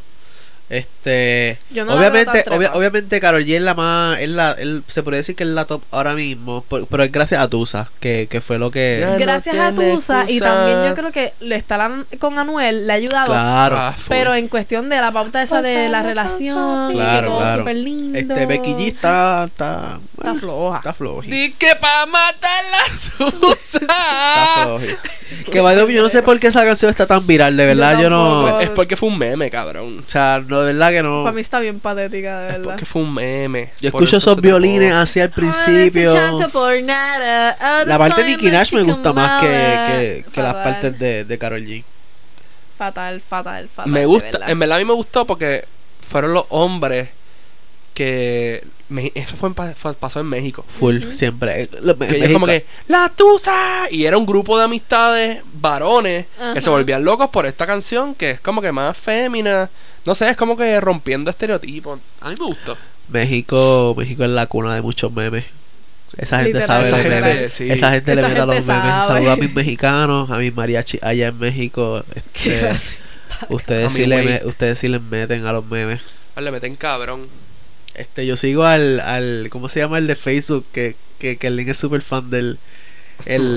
Speaker 2: Este,
Speaker 3: Yo no la veo
Speaker 2: obviamente,
Speaker 3: tan
Speaker 2: obvia-
Speaker 3: trepa.
Speaker 2: obviamente Carol G es la más, es la, el- se podría decir que es la top ahora mismo, por- pero es gracias a Tusa, que, que fue lo que,
Speaker 1: Ya, no
Speaker 3: Gracias a
Speaker 1: tiene
Speaker 3: Tusa y
Speaker 1: excusa.
Speaker 3: también yo creo que le está la- con Anuel le ha ayudado.
Speaker 2: claro,
Speaker 1: Ah, full.
Speaker 3: Pero en cuestión de la pauta esa de la
Speaker 4: Pásalo,
Speaker 3: relación,
Speaker 4: pásalo.
Speaker 3: y
Speaker 2: Claro,
Speaker 3: todo
Speaker 2: claro.
Speaker 3: súper lindo.
Speaker 2: este Becky G está, está,
Speaker 3: está
Speaker 2: eh,
Speaker 3: floja.
Speaker 2: está flojita.
Speaker 1: Di que pa' matar la
Speaker 2: Está
Speaker 1: Tusa.
Speaker 2: flojita. que by the way, yo no sé por qué esa canción está tan viral, de verdad yo,
Speaker 3: Yo
Speaker 2: no,
Speaker 3: tampoco.
Speaker 2: o
Speaker 1: es porque fue un meme, cabrón.
Speaker 2: sea, no, de verdad que no.
Speaker 3: Para mí está bien patética, de
Speaker 1: Es
Speaker 3: verdad.
Speaker 1: porque fue un meme.
Speaker 2: Yo
Speaker 1: Por eso
Speaker 2: escucho esos
Speaker 1: se tapó.
Speaker 2: violines así
Speaker 3: Ah,
Speaker 2: al principio. La parte de Nicki Nash me gusta más que, que, que las partes de, de Carol G.
Speaker 3: Fatal, fatal, fatal.
Speaker 1: Me
Speaker 3: de
Speaker 1: gusta,
Speaker 3: verdad.
Speaker 1: en verdad a mí me gustó porque fueron los hombres que. me- eso fue en pa- fue- pasó en México.
Speaker 2: Full,
Speaker 3: Ujú.
Speaker 2: siempre. Eh, lo-
Speaker 1: Que ellos
Speaker 2: México.
Speaker 1: como que, ¡La Tusa! Y era un grupo de amistades varones que se
Speaker 3: Ajá.
Speaker 1: volvían locos por esta canción que es como que más fémina. No sé, es como que rompiendo estereotipos. A mí me gustó.
Speaker 2: México, México es la cuna de muchos memes. Esa gente
Speaker 3: Literal,
Speaker 2: sabe
Speaker 1: esa
Speaker 2: los
Speaker 1: gente,
Speaker 2: memes.
Speaker 1: sí.
Speaker 2: Esa gente le
Speaker 3: Esa
Speaker 2: mete a los memes.
Speaker 3: gente sabe.
Speaker 2: Saludo a mis mexicanos, a mis mariachi allá en México.
Speaker 3: Qué
Speaker 2: Este,
Speaker 3: gracioso.
Speaker 1: A
Speaker 2: ustedes, sí
Speaker 1: mi
Speaker 2: le,
Speaker 1: güey.
Speaker 2: me- ustedes sí les meten a los memes.
Speaker 1: Ah, Le meten cabrón.
Speaker 2: Este, yo sigo al, al, ¿cómo se llama el de Facebook? Que, que, que el link es súper fan del el,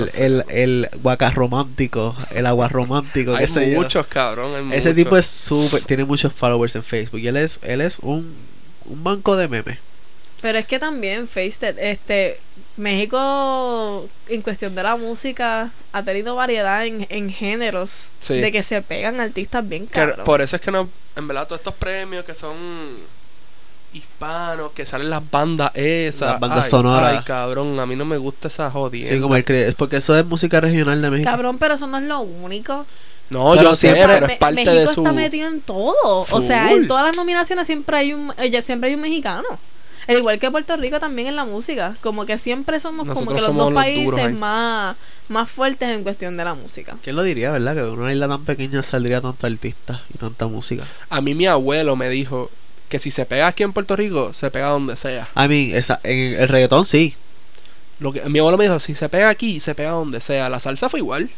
Speaker 1: No sé.
Speaker 2: el, el guacas romántico, el agua romántico,
Speaker 1: Hay
Speaker 2: qué sé yo.
Speaker 1: muchos, cabrón. hay
Speaker 2: Ese
Speaker 1: muchos.
Speaker 2: tipo es súper, tiene muchos followers en Facebook y él es, él es un, un banco de memes.
Speaker 3: Pero es que también, Faced, este, México, en cuestión de la música, ha tenido variedad en, en géneros.
Speaker 1: Sí.
Speaker 3: De que se pegan artistas bien
Speaker 1: Que
Speaker 3: caros.
Speaker 1: por eso es que no, en verdad todos estos premios que son hispanos, que salen las bandas esas.
Speaker 2: Las bandas
Speaker 1: Ay,
Speaker 2: sonoras.
Speaker 1: Ay, cabrón, a mí no me gusta esa jodienda.
Speaker 2: Sí, como el cre- es porque eso es música regional de México.
Speaker 3: Cabrón, pero eso no es lo único.
Speaker 1: No,
Speaker 2: Pero
Speaker 1: yo sé,
Speaker 2: siempre-
Speaker 1: pero
Speaker 3: Me-
Speaker 1: es parte
Speaker 3: México
Speaker 1: de su...
Speaker 3: está metido en todo. O sea,
Speaker 1: Full.
Speaker 3: en todas las nominaciones siempre hay un eh, ya siempre hay un mexicano. Al igual que Puerto Rico también en la música. Como que siempre somos como
Speaker 1: Nosotros
Speaker 3: que los
Speaker 1: somos
Speaker 3: dos
Speaker 1: los duros
Speaker 3: países
Speaker 1: ahí.
Speaker 3: más, más fuertes en cuestión de la música.
Speaker 2: ¿Quién lo diría, verdad? Que de una isla tan pequeña saldría tanto artista y tanta música.
Speaker 1: A mí mi abuelo me dijo que si se pega aquí en Puerto Rico, se pega donde sea.
Speaker 2: I mean, esa, en el reggaetón sí.
Speaker 1: Lo que, mi abuelo me dijo, si se pega aquí, se pega donde sea. La salsa fue igual.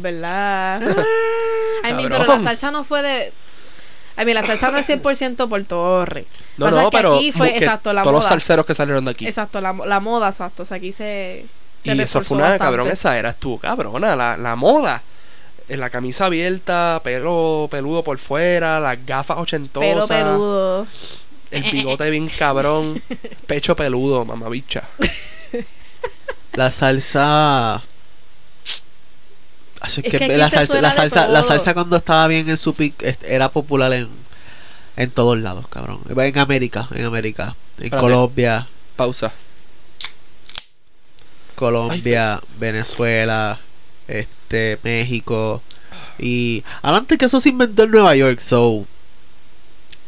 Speaker 3: verdad. Ay, mi, pero
Speaker 1: Cabrón.
Speaker 3: la salsa no fue de. Ay, mi, la salsa no es 100% Puerto Rico.
Speaker 1: No,
Speaker 3: Pasa
Speaker 1: no,
Speaker 3: que
Speaker 1: pero
Speaker 3: aquí fue,
Speaker 1: que
Speaker 3: exacto, la
Speaker 1: todos los
Speaker 3: moda.
Speaker 1: salseros que salieron de aquí.
Speaker 3: Exacto, la, la moda, exacto. O sea, aquí se. se
Speaker 1: y eso
Speaker 3: reforzó
Speaker 1: fue una
Speaker 3: bastante.
Speaker 1: cabrón, esa era estuvo cabrona, la, la moda. Eh, La camisa abierta, pelo peludo por fuera, las gafas
Speaker 3: Pelo
Speaker 1: ochentosas,
Speaker 3: peludo.
Speaker 1: el bigote bien cabrón, pecho peludo, mamabicha.
Speaker 2: La salsa. Así
Speaker 3: Es
Speaker 2: que
Speaker 3: que aquí
Speaker 2: la,
Speaker 3: se
Speaker 2: salsa,
Speaker 3: suena
Speaker 2: la,
Speaker 3: de
Speaker 2: salsa,
Speaker 3: todo.
Speaker 2: la salsa cuando estaba bien en su pick este, era popular en, en todos lados, cabrón. En América, en América. En
Speaker 1: Espérate.
Speaker 2: Colombia,
Speaker 1: Pausa.
Speaker 2: Colombia, Venezuela, este, México. Y adelante que eso se inventó en Nueva York, so.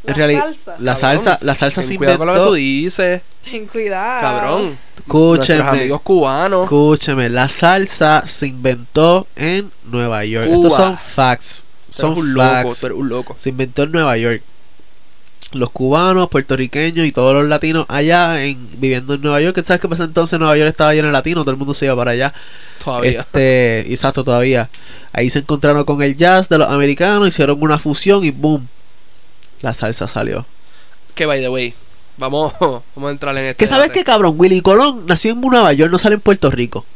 Speaker 4: La
Speaker 2: en reali-
Speaker 4: salsa.
Speaker 2: La
Speaker 1: Cabrón,
Speaker 2: salsa, la salsa
Speaker 1: Ten
Speaker 2: se
Speaker 1: cuidado con lo que tú
Speaker 2: inventó.
Speaker 1: dices,
Speaker 4: Ten cuidado.
Speaker 1: cabrón.
Speaker 3: Ah.
Speaker 1: Nuestros
Speaker 2: Escúcheme,
Speaker 1: amigos cubanos.
Speaker 2: escúcheme, la salsa se inventó en Nueva York.
Speaker 1: Cuba.
Speaker 2: Estos son facts.
Speaker 1: Tú eres
Speaker 2: Son
Speaker 1: un loco,
Speaker 2: facts.
Speaker 1: tú eres un loco.
Speaker 2: Se inventó en Nueva York. Los cubanos, puertorriqueños y todos los latinos allá en, viviendo en Nueva York. ¿Sabes qué pasa entonces? Nueva York estaba lleno de latinos, todo el mundo se iba para allá.
Speaker 1: Todavía.
Speaker 2: Este, exacto, todavía. Ahí se encontraron con el jazz de los americanos, hicieron una fusión y boom. La salsa salió.
Speaker 1: Que by the way, vamos, vamos a entrar en este.
Speaker 2: Que sabes
Speaker 1: debate.
Speaker 2: qué cabrón, Willy Colón nació en Nueva York, no sale en Puerto Rico.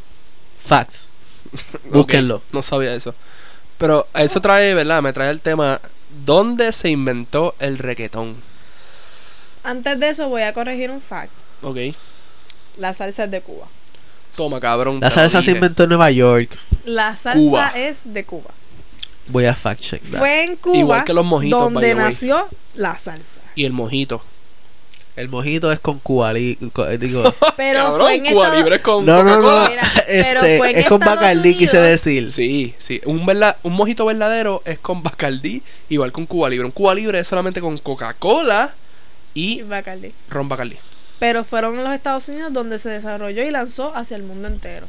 Speaker 2: Facts.
Speaker 1: Ok,
Speaker 2: Búsquenlo.
Speaker 1: no sabía eso. Pero eso trae, ¿verdad? Me trae el tema. ¿Dónde se inventó el reggaetón?
Speaker 4: Antes de eso voy a corregir un fact.
Speaker 1: Ok.
Speaker 4: La salsa es de Cuba.
Speaker 1: Toma, cabrón.
Speaker 2: La
Speaker 1: te lo
Speaker 2: salsa se
Speaker 1: dije.
Speaker 2: inventó en Nueva York.
Speaker 4: La salsa
Speaker 1: Cuba.
Speaker 4: es de Cuba.
Speaker 2: Voy a fact check that.
Speaker 4: Fue en Cuba
Speaker 1: Igual que los mojitos, by the
Speaker 4: donde
Speaker 1: way.
Speaker 4: nació la salsa.
Speaker 1: Y el mojito.
Speaker 2: El mojito es con Cuba li- co- eh, digo,
Speaker 4: Pero
Speaker 1: cabrón,
Speaker 4: fue en
Speaker 1: Cuba
Speaker 4: esta-
Speaker 1: Libre con
Speaker 2: No, no, no.
Speaker 1: Coca-Cola.
Speaker 4: Mira,
Speaker 3: pero
Speaker 2: este,
Speaker 3: fue en
Speaker 2: es con
Speaker 3: Estados
Speaker 2: Bacardí quise
Speaker 3: Unidos.
Speaker 2: decir.
Speaker 1: Sí, sí. Un, verla- un mojito verdadero es con Bacardí, igual con Cuba Libre. Un Cuba Libre es solamente con Coca-Cola
Speaker 4: Y
Speaker 1: y
Speaker 4: Bacardi.
Speaker 1: ron Bacardí.
Speaker 4: Pero fueron en los Estados Unidos donde se desarrolló y lanzó hacia el mundo entero.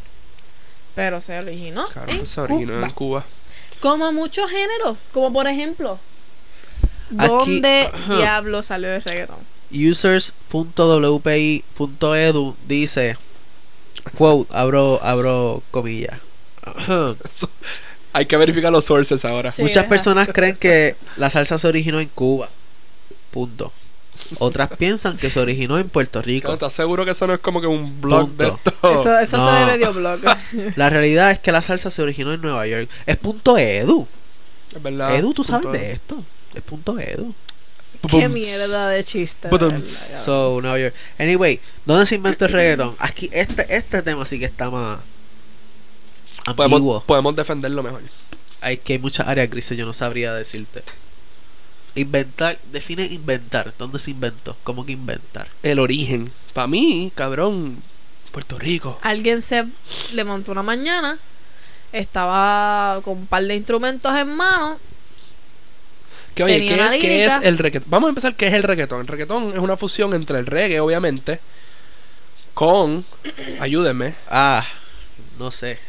Speaker 4: Pero se originó.
Speaker 1: Cabrón,
Speaker 4: en
Speaker 1: se originó
Speaker 4: Cuba.
Speaker 1: en Cuba.
Speaker 4: Como muchos géneros, como por ejemplo,
Speaker 2: Aquí-
Speaker 4: ¿dónde diablo salió el reggaetón?
Speaker 2: users.wpi.edu E dice quote abro abro comillas
Speaker 1: Eso- Hay que verificar los sources ahora.
Speaker 4: Sí,
Speaker 2: muchas
Speaker 4: deja.
Speaker 2: personas creen que la salsa se originó en Cuba Punto. Otras piensan que se originó en Puerto
Speaker 1: Claro,
Speaker 2: Rico.
Speaker 1: ¿Estás seguro que eso no es como que un blog
Speaker 2: Punto.
Speaker 1: de esto?
Speaker 3: Eso, eso
Speaker 2: No.
Speaker 3: se ve medio blog.
Speaker 2: La realidad es que la salsa se originó en Nueva York. Es punto edu.
Speaker 1: Es verdad.
Speaker 2: edu, tú sabes
Speaker 1: Ah, punto.
Speaker 2: de esto. Es punto edu.
Speaker 5: Qué
Speaker 1: Pum,
Speaker 5: mierda de chiste. de
Speaker 1: Budum.
Speaker 5: verdad,
Speaker 3: Ah,
Speaker 5: cabrón.
Speaker 2: So, Nueva York. Anyway, ¿dónde se inventó el reggaetón? Aquí, este, este tema sí que está más ambiguo.
Speaker 1: Podemos, podemos defenderlo mejor.
Speaker 2: Hay que hay muchas áreas grises, yo no sabría decirte. Inventar, define inventar. ¿Dónde se inventó? ¿Cómo que inventar?
Speaker 1: El origen. Para mí, cabrón, Puerto Rico.
Speaker 3: Alguien se le montó una mañana, estaba con un par de instrumentos en mano.
Speaker 1: Que oye,
Speaker 3: Tenía
Speaker 1: ¿qué,
Speaker 3: una
Speaker 1: qué es
Speaker 3: lírica.
Speaker 1: el reggaetón? Vamos a empezar, ¿qué es el reggaetón? El reggaetón es una fusión entre el reggae, obviamente, con. Ayúdenme.
Speaker 2: Ah, no sé.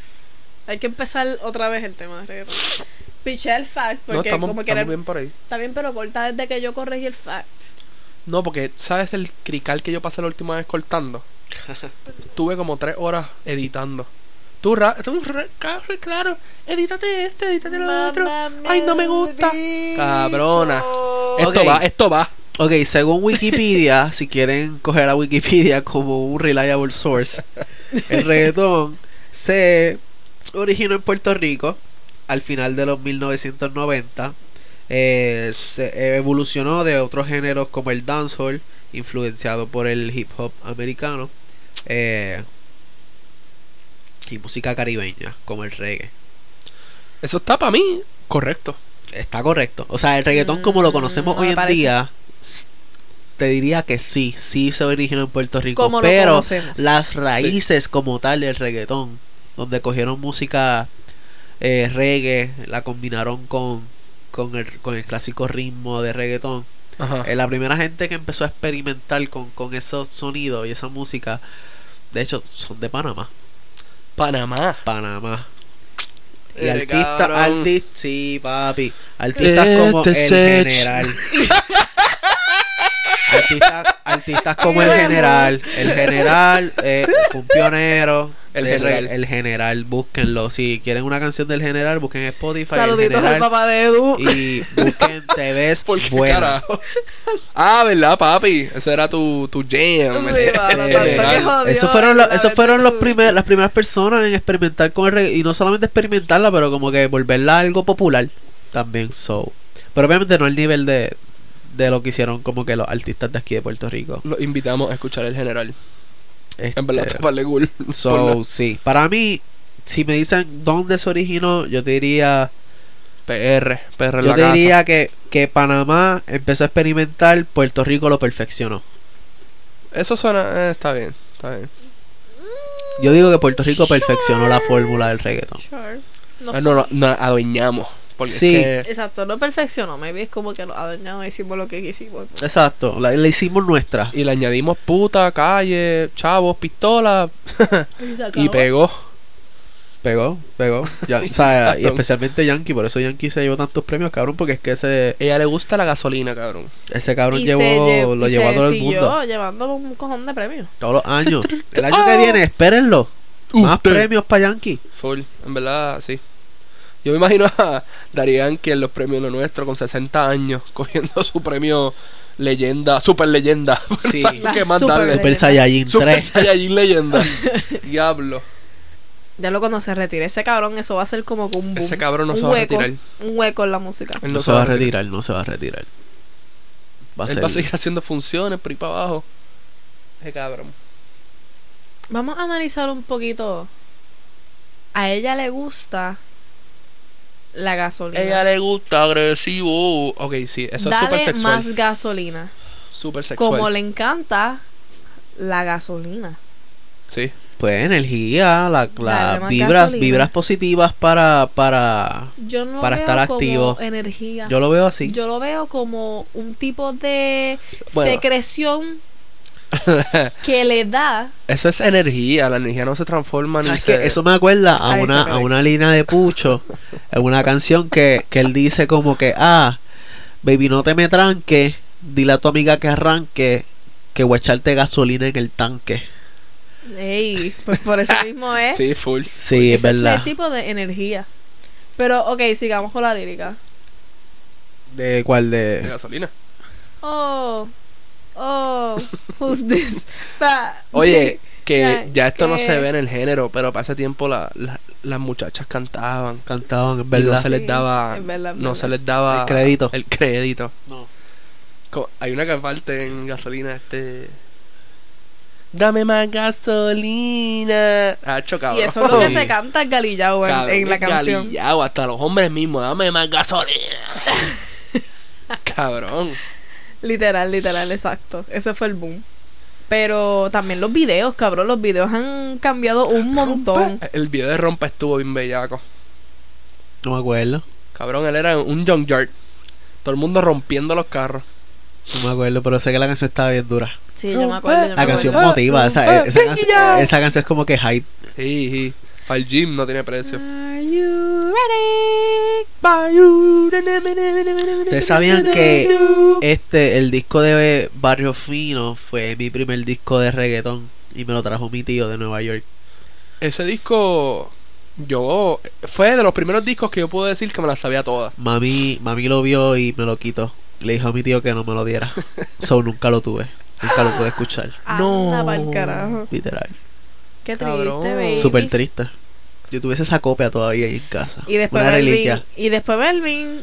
Speaker 3: Hay que empezar otra vez el tema de reggaetón. Piché el fact, porque
Speaker 1: No, estamos,
Speaker 3: como que
Speaker 1: estamos
Speaker 3: era-
Speaker 1: bien por ahí.
Speaker 3: está bien, pero corta desde que yo corregí el fact.
Speaker 1: No, porque, ¿sabes el crical que yo pasé la última vez cortando? Tuve como tres horas editando. Tú, ra- tú, ra- ca- claro, edítate este, edítate lo otro. Ay, no me gusta. Cabrona. Esto
Speaker 2: Ok.
Speaker 1: va, esto va.
Speaker 2: Ok, según Wikipedia, si quieren coger a Wikipedia como un reliable source, el reggaetón se originó en Puerto Rico al final de los 1990. Eh, se evolucionó de otros géneros como el dancehall, influenciado por el hip hop americano, eh, y música caribeña como el reggae.
Speaker 1: Eso está para mí correcto.
Speaker 2: Está correcto. O sea, el reggaetón como lo conocemos
Speaker 3: Mm, no
Speaker 2: hoy
Speaker 3: me
Speaker 2: en
Speaker 3: parece.
Speaker 2: día, s- te diría que sí, sí se originó en Puerto Rico.
Speaker 3: Como lo
Speaker 2: pero
Speaker 3: conocemos.
Speaker 2: las raíces como tal del reggaetón, donde cogieron música eh, reggae, la combinaron con, con, el, con el clásico ritmo de reggaetón.
Speaker 3: Ah.
Speaker 1: Ajá.
Speaker 2: Eh, la primera gente que empezó a experimentar con, con esos sonidos y esa música, de hecho, son de Panamá.
Speaker 1: Panamá.
Speaker 2: Panamá. Y
Speaker 1: Eh,
Speaker 2: artistas,
Speaker 1: cabrón.
Speaker 2: artistas, sí, papi. Artistas como el
Speaker 1: Este Sech.
Speaker 2: general. artistas, artistas como el general. El general eh, fue un pionero.
Speaker 1: El
Speaker 2: del
Speaker 1: general.
Speaker 2: re- el general, búsquenlo. Si quieren una canción del general, busquen Spotify. el
Speaker 3: Saluditos al
Speaker 2: general,
Speaker 3: papá de Edu.
Speaker 2: Y busquen Te ves
Speaker 1: ¿Por qué
Speaker 2: buena.
Speaker 1: carajo? Ah, ¿verdad, papi? Ese era tu, tu jam.
Speaker 3: Sí, mano,
Speaker 1: Eh,
Speaker 3: tanto que
Speaker 1: legal.
Speaker 3: jod- Dios,
Speaker 2: Esos fueron, los,
Speaker 3: la
Speaker 2: esos fueron los
Speaker 3: verdad.
Speaker 2: primer- las primeras personas en experimentar con el reggae. Y no solamente experimentarla, pero como que volverla algo popular también. So. Pero obviamente no al nivel de, de lo que hicieron como que los artistas de aquí de Puerto Rico.
Speaker 1: Los invitamos a escuchar el general.
Speaker 2: Este,
Speaker 1: En verdad, está para cool.
Speaker 2: so, sí. Para mí, si me dicen dónde se originó, yo te diría,
Speaker 1: PR, PR en
Speaker 2: yo
Speaker 1: la
Speaker 2: te
Speaker 1: casa.
Speaker 2: diría que, que Panamá empezó a experimentar, Puerto Rico lo perfeccionó.
Speaker 1: Eso suena. eh, está bien, está bien.
Speaker 2: Yo digo que Puerto Rico perfeccionó la fórmula del reggaeton.
Speaker 3: Sure. No.
Speaker 1: Ah, No, no, no, adueñamos. Porque
Speaker 2: Sí.
Speaker 1: es que
Speaker 3: Exacto, no perfeccionó. Maybe es como que lo adueñamos y hicimos lo que quisimos.
Speaker 2: Exacto, la, la hicimos nuestra.
Speaker 1: Y le añadimos puta, calle, chavos, pistola.
Speaker 3: Y se
Speaker 1: Y
Speaker 3: acabó.
Speaker 1: pegó.
Speaker 2: Pegó, pegó. Ya, o sea, y
Speaker 1: Cabrón.
Speaker 2: especialmente Yankee, por eso Yankee se llevó tantos premios, cabrón, porque es que ese,
Speaker 1: Ella le gusta la gasolina, cabrón.
Speaker 2: ese cabrón
Speaker 3: Y
Speaker 2: llevó,
Speaker 3: se lle-
Speaker 2: lo
Speaker 3: y
Speaker 2: llevó
Speaker 3: se
Speaker 2: a todo el
Speaker 3: siguió
Speaker 2: mundo.
Speaker 3: llevando un cojón de premios.
Speaker 2: Todos los años. El año que viene, espérenlo. Más premios para Yankee.
Speaker 1: Full. En verdad, sí. Yo me imagino a Darían que en los premios lo nuestro con 60 años cogiendo su premio leyenda, super leyenda.
Speaker 2: Sí.
Speaker 1: ¿Sabes
Speaker 3: La
Speaker 1: qué más
Speaker 3: super
Speaker 1: darle?
Speaker 2: Super Saiyajin
Speaker 1: Super
Speaker 2: 3.
Speaker 1: Saiyajin leyenda. Diablo.
Speaker 3: Ya lo cuando se retire ese cabrón, eso va a ser como que un boom.
Speaker 1: Ese cabrón no
Speaker 3: un
Speaker 1: se va a
Speaker 3: hueco,
Speaker 1: retirar.
Speaker 3: Un hueco en la música.
Speaker 1: Él
Speaker 2: No se va a retirar, no se va a retirar. Va a
Speaker 1: Él va a
Speaker 2: ser.
Speaker 1: seguir haciendo funciones por ahí para abajo. Ese cabrón.
Speaker 3: Vamos a analizar un poquito. A ella le gusta la gasolina.
Speaker 1: Ella le gusta agresivo. Ok, sí, eso
Speaker 3: Dale
Speaker 1: es súper sexual.
Speaker 3: más gasolina.
Speaker 1: Súper sexual.
Speaker 3: Como le encanta la gasolina.
Speaker 1: Sí.
Speaker 2: Pues energía, la, la
Speaker 3: Dale más
Speaker 2: vibras,
Speaker 3: gasolina.
Speaker 2: vibras positivas para, para.
Speaker 3: Yo no
Speaker 2: Para
Speaker 3: lo
Speaker 2: estar
Speaker 3: veo como
Speaker 2: activo.
Speaker 3: energía.
Speaker 2: Yo lo veo así.
Speaker 3: Yo lo veo como un tipo de
Speaker 2: Bueno.
Speaker 3: secreción que le da.
Speaker 1: Eso es energía. La energía no se transforma ni
Speaker 2: ¿Sabes
Speaker 1: se...
Speaker 2: qué? Eso me acuerda a
Speaker 3: Ahí
Speaker 2: una,
Speaker 3: se
Speaker 2: a
Speaker 3: ve.
Speaker 2: una línea de Pucho, en una canción que, que él dice como que, ah, baby, no te me tranques, dile a tu amiga que arranque, que voy a echarte gasolina en el tanque.
Speaker 3: Ey, pues por eso mismo
Speaker 4: ¿Eh?
Speaker 3: es.
Speaker 1: Sí, full.
Speaker 2: Sí, es
Speaker 3: Ese
Speaker 2: verdad.
Speaker 3: el tipo de energía. Pero, ok, sigamos con la lírica.
Speaker 2: ¿De cuál?
Speaker 1: De
Speaker 2: De...
Speaker 1: gasolina.
Speaker 4: oh, oh, who's this? That.
Speaker 1: Oye, que
Speaker 4: Ya,
Speaker 1: ya esto no
Speaker 4: que-
Speaker 1: se ve en el género, pero para ese tiempo la- la- las muchachas cantaban.
Speaker 2: Cantaban,
Speaker 1: y
Speaker 2: es
Speaker 1: no
Speaker 2: verdad.
Speaker 1: se les daba.
Speaker 4: Es verdad, es
Speaker 1: no
Speaker 4: verdad.
Speaker 1: se les daba.
Speaker 2: El crédito.
Speaker 1: El crédito.
Speaker 2: No.
Speaker 1: Co- Hay una que parte en gasolina, este. Dame más gasolina. Ah, chocado.
Speaker 4: Y eso es lo que
Speaker 2: Sí.
Speaker 4: se canta en Galillao en, en la canción.
Speaker 1: hasta los hombres mismos. Dame más gasolina. cabrón.
Speaker 4: Literal, literal, exacto. Ese fue el boom. Pero también los videos, cabrón. Los videos han cambiado un montón.
Speaker 1: El video de Rompa estuvo bien bellaco.
Speaker 2: No me acuerdo.
Speaker 1: Cabrón, él era un junkyard. Todo el mundo rompiendo los carros.
Speaker 2: No me acuerdo, pero sé que la canción estaba bien dura.
Speaker 4: Sí, yo me acuerdo. yo me
Speaker 2: La canción
Speaker 4: acuerdo.
Speaker 2: motiva. Esa, esa,
Speaker 1: Venga ya.
Speaker 2: canción, esa canción es como que hype.
Speaker 1: Sí, sí. Al gym no tiene precio.
Speaker 4: Are you ready?
Speaker 2: Ustedes sabían que este, el disco de Barrio Fino fue mi primer disco de reggaetón y me lo trajo mi tío de Nueva York.
Speaker 1: Ese disco, yo. Fue de los primeros discos que yo pude decir que me las sabía todas.
Speaker 2: Mami, mami lo vio y me lo quitó. Le dijo a mi tío que no me lo diera. so nunca lo tuve. Nunca lo pude escuchar.
Speaker 4: Ah, Anda
Speaker 1: No.
Speaker 4: pa'l carajo.
Speaker 2: Literal.
Speaker 4: Qué
Speaker 1: Cabrón.
Speaker 4: triste, baby.
Speaker 2: Súper triste. Yo tuviese esa copia todavía ahí en casa.
Speaker 4: Y después
Speaker 2: Una
Speaker 4: Melvin,
Speaker 2: reliquia.
Speaker 4: y después Melvin,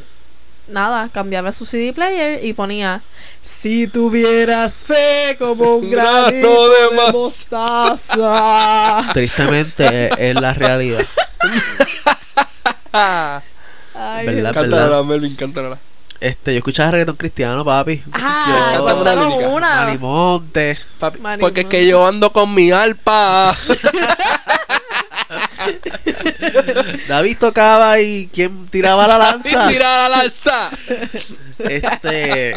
Speaker 4: nada, cambiaba su CD player y ponía Si tuvieras fe como un
Speaker 1: Un grano
Speaker 4: granito
Speaker 1: de
Speaker 4: de
Speaker 1: mos-
Speaker 4: mostaza.
Speaker 2: Tristemente eh, es- es la realidad.
Speaker 1: Ah,
Speaker 4: Ay,
Speaker 2: ¿Verdad?
Speaker 1: cántala, Melvin, cántala.
Speaker 2: Este, yo escuchaba reggaetón cristiano, papi.
Speaker 4: Ah,
Speaker 1: Yo-
Speaker 4: contaron
Speaker 1: Dominicana.
Speaker 4: una.
Speaker 2: Manny Monte.
Speaker 1: Papi,
Speaker 4: Mani,
Speaker 1: porque es
Speaker 4: mani.
Speaker 1: que yo ando con mi alpa.
Speaker 2: David tocaba y quien tiraba la lanza.
Speaker 1: Y tira la lanza.
Speaker 2: este.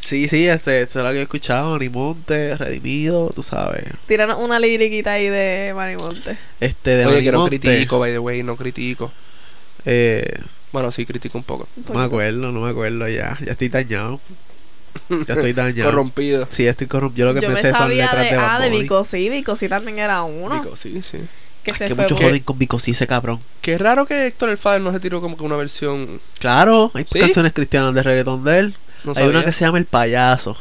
Speaker 2: Sí, sí, ese, eso es lo que he escuchado. Manny Monte, Redimido, tú sabes.
Speaker 4: Tiraron una liriquita ahí de Manny Monte.
Speaker 2: Este de
Speaker 1: Oye,
Speaker 2: Manny
Speaker 1: que no
Speaker 2: Monte,
Speaker 1: critico, by the way, no critico.
Speaker 2: eh,
Speaker 1: Bueno, sí, critico un poco.
Speaker 2: no me acuerdo, no me acuerdo ya. Ya estoy dañado. Ya estoy dañado.
Speaker 1: Corrompido.
Speaker 2: Sí, estoy corrompido. Yo lo que
Speaker 4: Yo me
Speaker 2: pensé son
Speaker 4: sabía
Speaker 2: letras
Speaker 4: de,
Speaker 2: de,
Speaker 4: ah,
Speaker 2: Bad
Speaker 4: de
Speaker 2: Bunny. Ah,
Speaker 4: Vico, sí, Vico, sí también era uno.
Speaker 1: Digo, sí, sí.
Speaker 4: Que se
Speaker 2: Que
Speaker 4: fue
Speaker 2: muchos
Speaker 4: por-
Speaker 2: joden con Vico, sí, ese cabrón.
Speaker 1: Qué raro que Héctor el Fader no se tiró como que una versión.
Speaker 2: Claro, hay
Speaker 1: ¿Sí?
Speaker 2: canciones cristianas de reggaetón de él.
Speaker 1: No
Speaker 2: hay una
Speaker 1: sabía.
Speaker 2: que se llama El Payaso.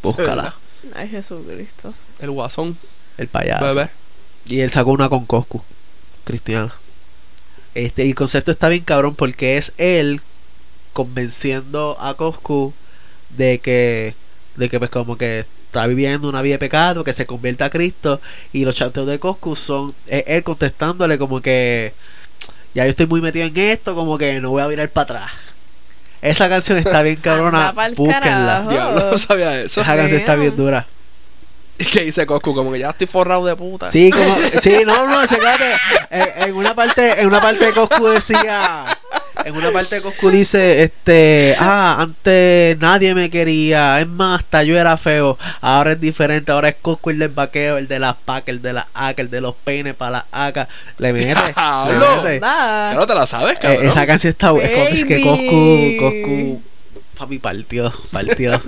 Speaker 2: Búscala.
Speaker 4: Ay, Jesucristo.
Speaker 1: El Guasón.
Speaker 2: El Payaso.
Speaker 1: Bebé.
Speaker 2: Y él sacó una con Coscu, cristiana. Este, el concepto está bien cabrón porque es él convenciendo a Coscu de que, de que pues como que está viviendo una vida de pecado, que se convierta a Cristo y los chanteos de Coscu son es él contestándole como que ya yo estoy muy metido en esto, como que no voy a mirar para atrás. Esa canción está bien cabrona,
Speaker 4: Anda pa'l
Speaker 2: búsquenla.
Speaker 4: carajo.
Speaker 1: Diablo, no sabía eso.
Speaker 2: Esa canción está bien
Speaker 4: Damn.
Speaker 2: dura.
Speaker 1: Y que dice Coscu, como que ya estoy forrado de puta.
Speaker 2: Sí, como, sí, no, no, checate. En, en una parte, en una parte de Coscu decía, en una parte de Coscu dice, este, ah, antes nadie me quería, es más, hasta yo era feo, ahora es diferente, ahora es Coscu el del vaqueo, el de las pacas, el de las acas, el de los peines para las acas, le mete, le
Speaker 1: Diablo.
Speaker 2: mete.
Speaker 4: Nada.
Speaker 1: Ya no te la sabes,
Speaker 2: Eh,
Speaker 1: cabrón.
Speaker 2: esa canción está bu- es co- es que
Speaker 4: Baby.
Speaker 2: Coscu, Coscu, papi partió, partió.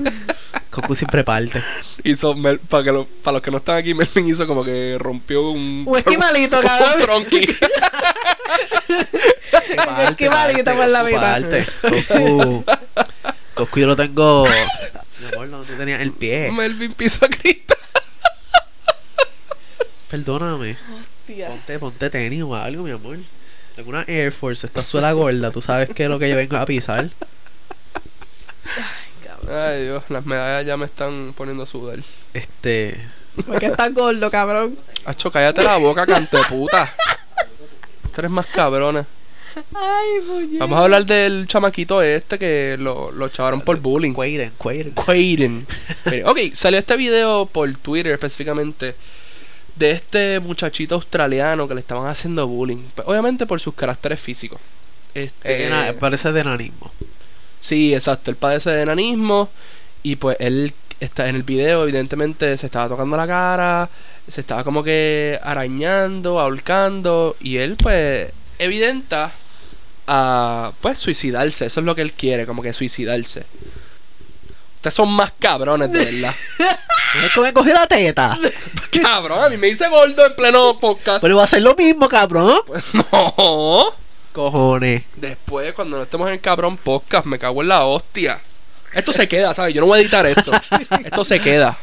Speaker 2: Coscu siempre parte.
Speaker 1: Hizo Mel- para, que lo- para los que no están aquí, Melvin hizo como que rompió un.
Speaker 4: Un esquimalito,
Speaker 1: un
Speaker 4: cabrón.
Speaker 1: tronqui.
Speaker 2: Parte,
Speaker 4: qué malita
Speaker 2: parte,
Speaker 4: por la vida.
Speaker 2: parte. Coscu. Coscu, yo lo tengo. Mi amor, no tú tenías el pie.
Speaker 1: Melvin piso a Cristo.
Speaker 2: Perdóname.
Speaker 4: Hostia.
Speaker 2: Ponte, ponte tenis o algo, mi amor. Tengo una Air Force, esta suela gorda. Tú sabes que es lo que yo vengo a pisar.
Speaker 1: Ay, Dios, las medallas ya me están poniendo a sudar.
Speaker 2: Este.
Speaker 4: Porque estás gordo, cabrón.
Speaker 1: Hacho, cállate la boca, canteputa. Tú eres más cabrona.
Speaker 4: Ay, puñet.
Speaker 1: Vamos a hablar del chamaquito este que lo, lo chavaron por bullying.
Speaker 2: Cueiren, cueiren.
Speaker 1: Quaiden. Mire, ok, salió este video por Twitter específicamente de este muchachito australiano que le estaban haciendo bullying. Pues, obviamente por sus caracteres físicos. Este,
Speaker 2: Eh, na- parece de enanismo.
Speaker 1: sí, exacto. Él padece de enanismo y pues él está en el video, evidentemente se estaba tocando la cara, se estaba como que arañando, ahorcando y él pues evidenta a pues suicidarse. Eso es lo que él quiere, como que suicidarse. Ustedes son más cabrones, de verdad.
Speaker 2: Es que me cogí la teta.
Speaker 1: Cabrón, a mí me dice gordo en pleno podcast.
Speaker 2: Pero iba a hacer lo mismo, cabrón.
Speaker 1: Pues no.
Speaker 2: Cojones.
Speaker 1: Después, cuando no estemos en el cabrón podcast, me cago en la hostia. Esto se queda, ¿sabes? Yo no voy a editar esto. Esto se queda.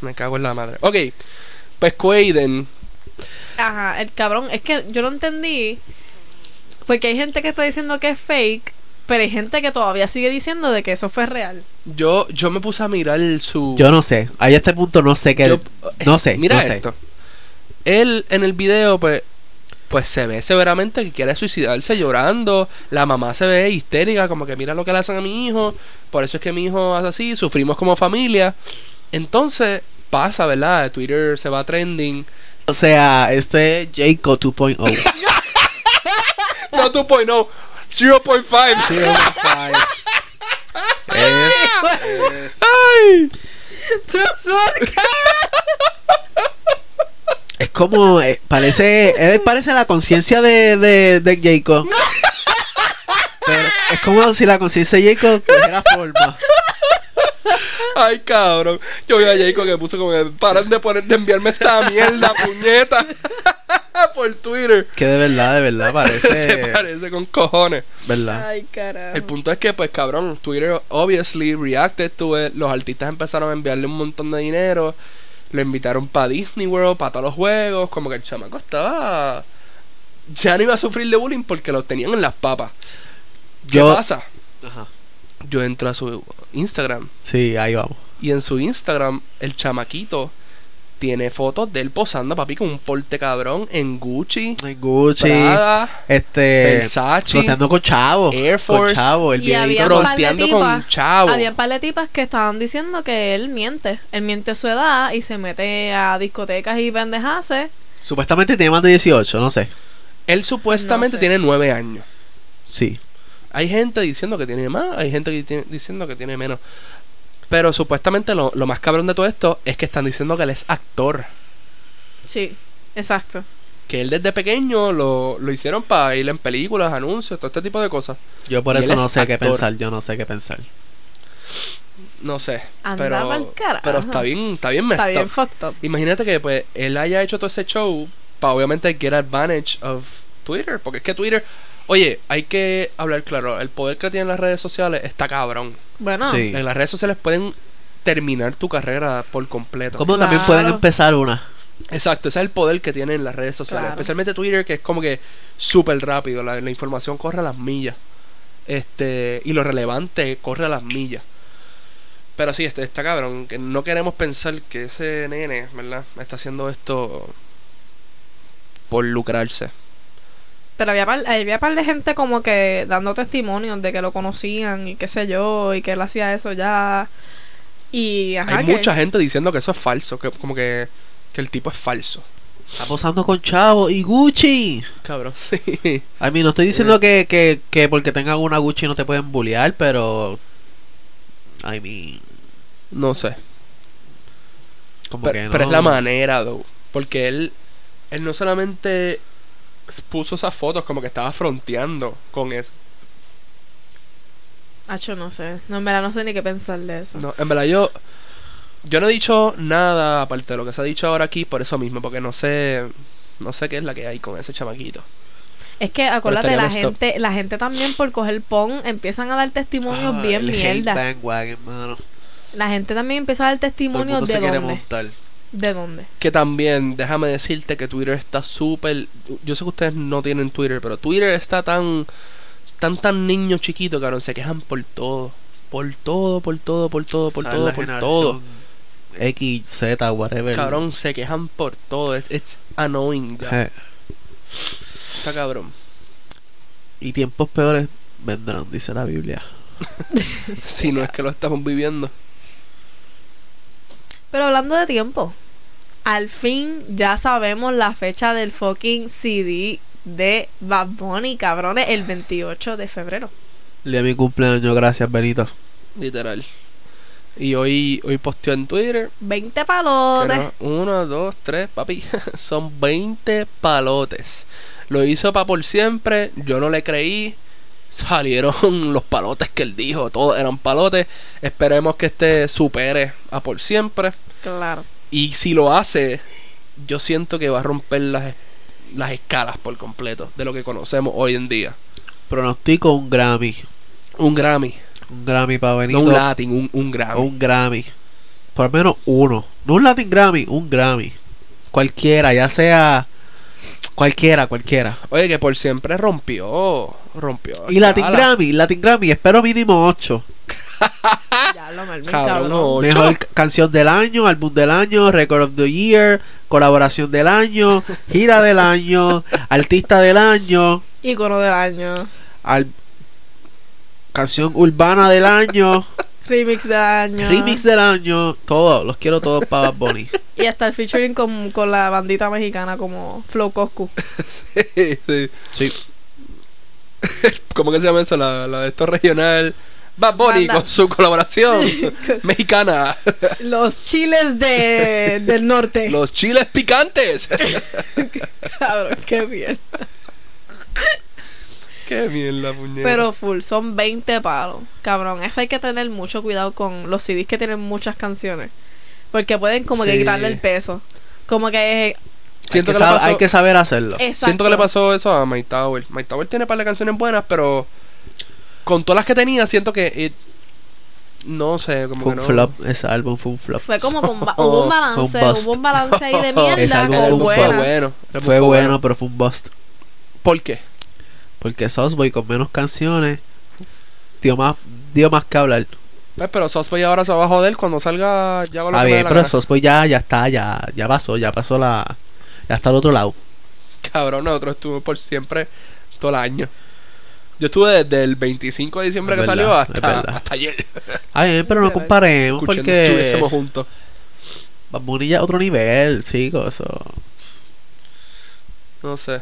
Speaker 1: Me cago en la madre. Ok. Pues Quaiden.
Speaker 3: Ajá, el cabrón, es que yo no entendí. Porque hay gente que está diciendo que es fake, pero hay gente que todavía sigue diciendo de que eso fue real.
Speaker 1: Yo, yo me puse a mirar su.
Speaker 2: Yo no sé. A este punto no sé qué.
Speaker 1: Yo-
Speaker 2: No sé.
Speaker 1: Mira
Speaker 2: no sé.
Speaker 1: esto. Él en el video, pues, pues se ve severamente que quiere suicidarse llorando. La mamá se ve histérica, como que mira lo que le hacen a mi hijo. Por eso es que mi hijo hace así. Sufrimos como familia. Entonces pasa, ¿verdad? Twitter se va trending.
Speaker 2: O sea, este es Jacob 2.0.
Speaker 1: No 2.0, 0.5.
Speaker 2: 0.5. Es- es-
Speaker 1: ¡Ay!
Speaker 2: Es como. eh, parece. Él parece la conciencia de, de, de Jacob. Pero es como si la conciencia de Jacob cogiera forma.
Speaker 1: Ay, cabrón. Yo vi a Jacob que puso como que paran de, poner, de enviarme esta mierda, puñeta. Por Twitter.
Speaker 2: Que de verdad, de verdad,
Speaker 1: Se
Speaker 2: parece.
Speaker 1: parece con cojones.
Speaker 2: ¿Verdad?
Speaker 3: Ay, carajo.
Speaker 1: Ah. El punto es que, pues, cabrón, Twitter obviously reacted to it. Los artistas empezaron a enviarle un montón de dinero. Lo invitaron para Disney World, para todos los juegos. Como que el chamaco estaba. Ya no iba a sufrir de bullying porque lo tenían en las papas. ¿Qué
Speaker 2: Yo.
Speaker 1: pasa?
Speaker 2: Ajá.
Speaker 1: Yo entro a su Instagram.
Speaker 2: Sí, ahí vamos.
Speaker 1: Y en su Instagram, el chamaquito tiene fotos de él posando, papi, con un porte cabrón en Gucci,
Speaker 2: En Gucci.
Speaker 1: Prada,
Speaker 2: Este.
Speaker 1: Versace.
Speaker 2: Floteando con Chavo.
Speaker 1: Air
Speaker 2: Con
Speaker 1: Force.
Speaker 2: Chavo. El
Speaker 3: Y
Speaker 2: videíto.
Speaker 3: había- un par de
Speaker 1: fronteando con
Speaker 3: tipas.
Speaker 1: chavo.
Speaker 3: Había un par de tipas que estaban diciendo que él miente. Él miente su edad y se mete a discotecas y pendejaces.
Speaker 2: Supuestamente tiene más de 18, no sé.
Speaker 1: Él supuestamente
Speaker 3: No sé.
Speaker 1: tiene nueve años.
Speaker 2: Sí.
Speaker 1: Hay gente diciendo que tiene más, hay gente que tiene- diciendo que tiene menos. Pero supuestamente lo, lo más cabrón de todo esto es que están diciendo que él es actor.
Speaker 3: Sí, exacto.
Speaker 1: Que él desde pequeño lo, lo hicieron para ir en películas, anuncios, todo este tipo de cosas.
Speaker 2: Yo por
Speaker 1: Y
Speaker 2: eso
Speaker 1: él
Speaker 2: no
Speaker 1: es
Speaker 2: sé qué
Speaker 1: actor.
Speaker 2: pensar. Yo no sé qué pensar.
Speaker 1: No sé.
Speaker 3: Anda
Speaker 1: Pero,
Speaker 3: pa'l carajo.
Speaker 1: pero está bien, está bien messed
Speaker 3: Está bien
Speaker 1: up.
Speaker 3: fucked up.
Speaker 1: Imagínate que pues él haya hecho todo ese show para obviamente get advantage of Twitter. Porque es que Twitter, oye, hay que hablar claro, el poder que tienen las redes sociales está cabrón.
Speaker 3: Bueno,
Speaker 2: Sí.
Speaker 1: En las redes sociales pueden terminar tu carrera por completo.
Speaker 2: ¿Cómo también
Speaker 3: Claro.
Speaker 2: pueden empezar una?
Speaker 1: Exacto, ese es el poder que tienen las redes sociales.
Speaker 3: Claro.
Speaker 1: Especialmente Twitter, que es como que súper rápido. La, la información corre a las millas. Este, y lo relevante corre a las millas. Pero sí, este, está cabrón. Que no queremos pensar que ese nene, ¿verdad? Está haciendo esto por lucrarse.
Speaker 3: pero había par, había par de gente como que dando testimonios de que lo conocían y qué sé yo, y que él hacía eso ya. Y ajá,
Speaker 1: Hay
Speaker 3: que-
Speaker 1: mucha gente diciendo que eso es falso. Que, como que, que el tipo es falso.
Speaker 2: Está posando con Chavo y Gucci.
Speaker 1: Cabrón, sí.
Speaker 2: A mí no estoy diciendo que, que, que porque tengan una Gucci no te pueden bullear, pero. I mean.
Speaker 1: No sé.
Speaker 2: Como
Speaker 1: Pero,
Speaker 2: que no.
Speaker 1: pero es la manera, though. Porque él, él no solamente s- puso esas fotos, como que estaba fronteando con eso.
Speaker 3: Acho, no sé. No, en verdad no sé ni qué pensar de eso.
Speaker 1: No, en verdad, yo, yo no he dicho nada aparte de lo que se ha dicho ahora aquí por eso mismo, porque no sé. No sé qué es la que hay con ese chamaquito.
Speaker 3: Es que acuérdate,
Speaker 1: estaría
Speaker 3: la
Speaker 1: messed up.
Speaker 3: gente, la gente también por coger pon empiezan a dar testimonios
Speaker 2: Ah,
Speaker 3: bien
Speaker 2: el hate
Speaker 3: mierda.
Speaker 2: bandwagon, mano.
Speaker 3: La gente también empieza a dar
Speaker 2: Todo el
Speaker 3: testimonios
Speaker 2: mundo
Speaker 3: de
Speaker 2: se quiere
Speaker 3: dónde.
Speaker 2: montar.
Speaker 3: ¿De dónde?
Speaker 1: Que también, déjame decirte que Twitter está súper. Yo sé que ustedes no tienen Twitter, pero Twitter está tan. Tan tan niño chiquito, cabrón. Se quejan por todo. Por todo, por todo, por todo, por
Speaker 2: Esa es
Speaker 1: todo,
Speaker 2: la
Speaker 1: por
Speaker 2: generación
Speaker 1: todo.
Speaker 2: X, Z, whatever.
Speaker 1: Cabrón, se quejan por todo. It's, it's annoying. Ya.
Speaker 2: Eh,
Speaker 1: Está cabrón.
Speaker 2: Y tiempos peores vendrán, dice la Biblia.
Speaker 1: Si no es que lo estamos viviendo.
Speaker 3: Pero hablando de tiempo, al fin ya sabemos la fecha del fucking CD de Bad Bunny, cabrones, el 28 de febrero.
Speaker 2: El día de mi cumpleaños, gracias, Benito.
Speaker 1: Literal. Y hoy, hoy posteó en Twitter.
Speaker 3: 20 palotes.
Speaker 1: que no- uno, dos, tres, papi. Son 20 palotes. Lo hizo pa' por siempre. Yo no le creí. Salieron los palotes que él dijo. Todos eran palotes. Esperemos que este supere a por siempre.
Speaker 3: Claro.
Speaker 1: Y si lo hace, yo siento que va a romper las, las escalas por completo de lo que conocemos hoy en día.
Speaker 2: Pronostico un Grammy.
Speaker 1: Un Grammy.
Speaker 2: Un Grammy para Benito.
Speaker 1: No un Latin, un, un Grammy.
Speaker 2: Un Grammy. Por lo menos uno. No un Latin Grammy, un Grammy. Cualquiera, ya sea. Cualquiera, cualquiera.
Speaker 1: Oye, que por siempre rompió. Rompió.
Speaker 2: Y Latin
Speaker 1: Chala.
Speaker 2: Grammy, Latin Grammy, espero mínimo 8.
Speaker 3: Ya lo mal,
Speaker 1: Ah. Cabrón,
Speaker 3: cabrón.
Speaker 1: ocho.
Speaker 2: Mejor ca- canción del año, álbum del año, record of the year, colaboración del año, gira del año, artista del año,
Speaker 3: Ícono del año.
Speaker 2: al- canción urbana del año,
Speaker 3: Remix del año.
Speaker 2: remix del año, todos, los quiero todos para Bonnie.
Speaker 3: Y hasta el featuring con, con la bandita mexicana como Flow Coscu.
Speaker 1: Sí.
Speaker 2: Sí.
Speaker 1: ¿Cómo que se llama eso? La, la de esto regional. Bad Bunny
Speaker 3: Banda.
Speaker 1: con su colaboración mexicana.
Speaker 3: Los chiles de, del norte.
Speaker 1: Los chiles picantes.
Speaker 3: Cabrón, qué bien.
Speaker 1: Qué mierda, puñeta.
Speaker 3: Pero full, son 20 palos. Cabrón, eso hay que tener mucho cuidado con los CDs que tienen muchas canciones. Porque pueden como que
Speaker 1: Sí.
Speaker 3: quitarle el peso. Como que es...
Speaker 1: siento
Speaker 2: hay,
Speaker 1: que,
Speaker 2: que
Speaker 1: le
Speaker 2: sab-
Speaker 1: pasó,
Speaker 2: hay que saber hacerlo.
Speaker 3: Exacto.
Speaker 1: siento que le pasó eso a My Tower. My Tower tiene par de canciones buenas, pero con todas las que tenía, siento que. it- no sé, como
Speaker 2: Fue
Speaker 1: que
Speaker 2: un
Speaker 1: no.
Speaker 2: flop, ese álbum fue un flop.
Speaker 3: Fue como con ba- hubo un balance,
Speaker 2: Fue un bust.
Speaker 3: hubo un balance ahí de
Speaker 2: Ese
Speaker 3: mierda
Speaker 2: álbum
Speaker 1: El
Speaker 3: con
Speaker 1: álbum
Speaker 2: fue
Speaker 1: fue
Speaker 3: buenas.
Speaker 1: bueno. el álbum
Speaker 2: Fue bueno, pero fue un bust.
Speaker 1: ¿Por qué?
Speaker 2: Porque Sosboy con menos canciones dio más, dio más que hablar.
Speaker 1: Pues, pero Sosboy ahora se va a joder cuando salga. Ya con lo
Speaker 2: Ah,
Speaker 1: que me dé
Speaker 2: bien,
Speaker 1: la
Speaker 2: pero
Speaker 1: gana.
Speaker 2: Sosboy ya, ya está, ya, ya pasó, ya pasó la. Ya está al otro lado.
Speaker 1: Cabrón, nosotros estuvimos por siempre todo el año. Yo estuve desde el 25 de diciembre
Speaker 2: Es
Speaker 1: que
Speaker 2: verdad,
Speaker 1: salió
Speaker 2: es
Speaker 1: hasta,
Speaker 2: verdad.
Speaker 1: hasta ayer.
Speaker 2: Ah, bien, pero no comparemos
Speaker 1: Escuchando estuviésemos
Speaker 2: porque.
Speaker 1: juntos.
Speaker 2: Bad Bunny ya es otro nivel, chicos. eso.
Speaker 1: No sé.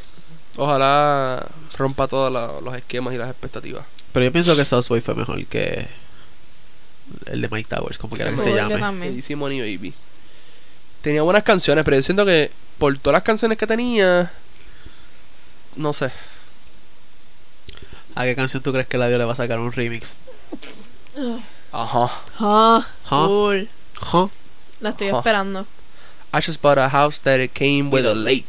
Speaker 1: Ojalá rompa todos la- los esquemas y las expectativas.
Speaker 2: Pero yo pienso que Sosboy fue mejor que. El de Mike Towers, como quiera que se
Speaker 3: Yo
Speaker 2: llame.
Speaker 1: Que
Speaker 3: también.
Speaker 1: dice Money Baby. Tenía buenas canciones, pero yo siento que por todas las canciones que tenía. No sé.
Speaker 2: ¿A qué canción tú crees que la Dio le va a sacar un remix?
Speaker 1: Ajá.
Speaker 3: Ah,
Speaker 2: Huh?
Speaker 1: Uh.
Speaker 3: full.
Speaker 2: Huh?
Speaker 3: La estoy
Speaker 1: Ajá.
Speaker 3: esperando.
Speaker 1: I just bought a house that it came with a lake.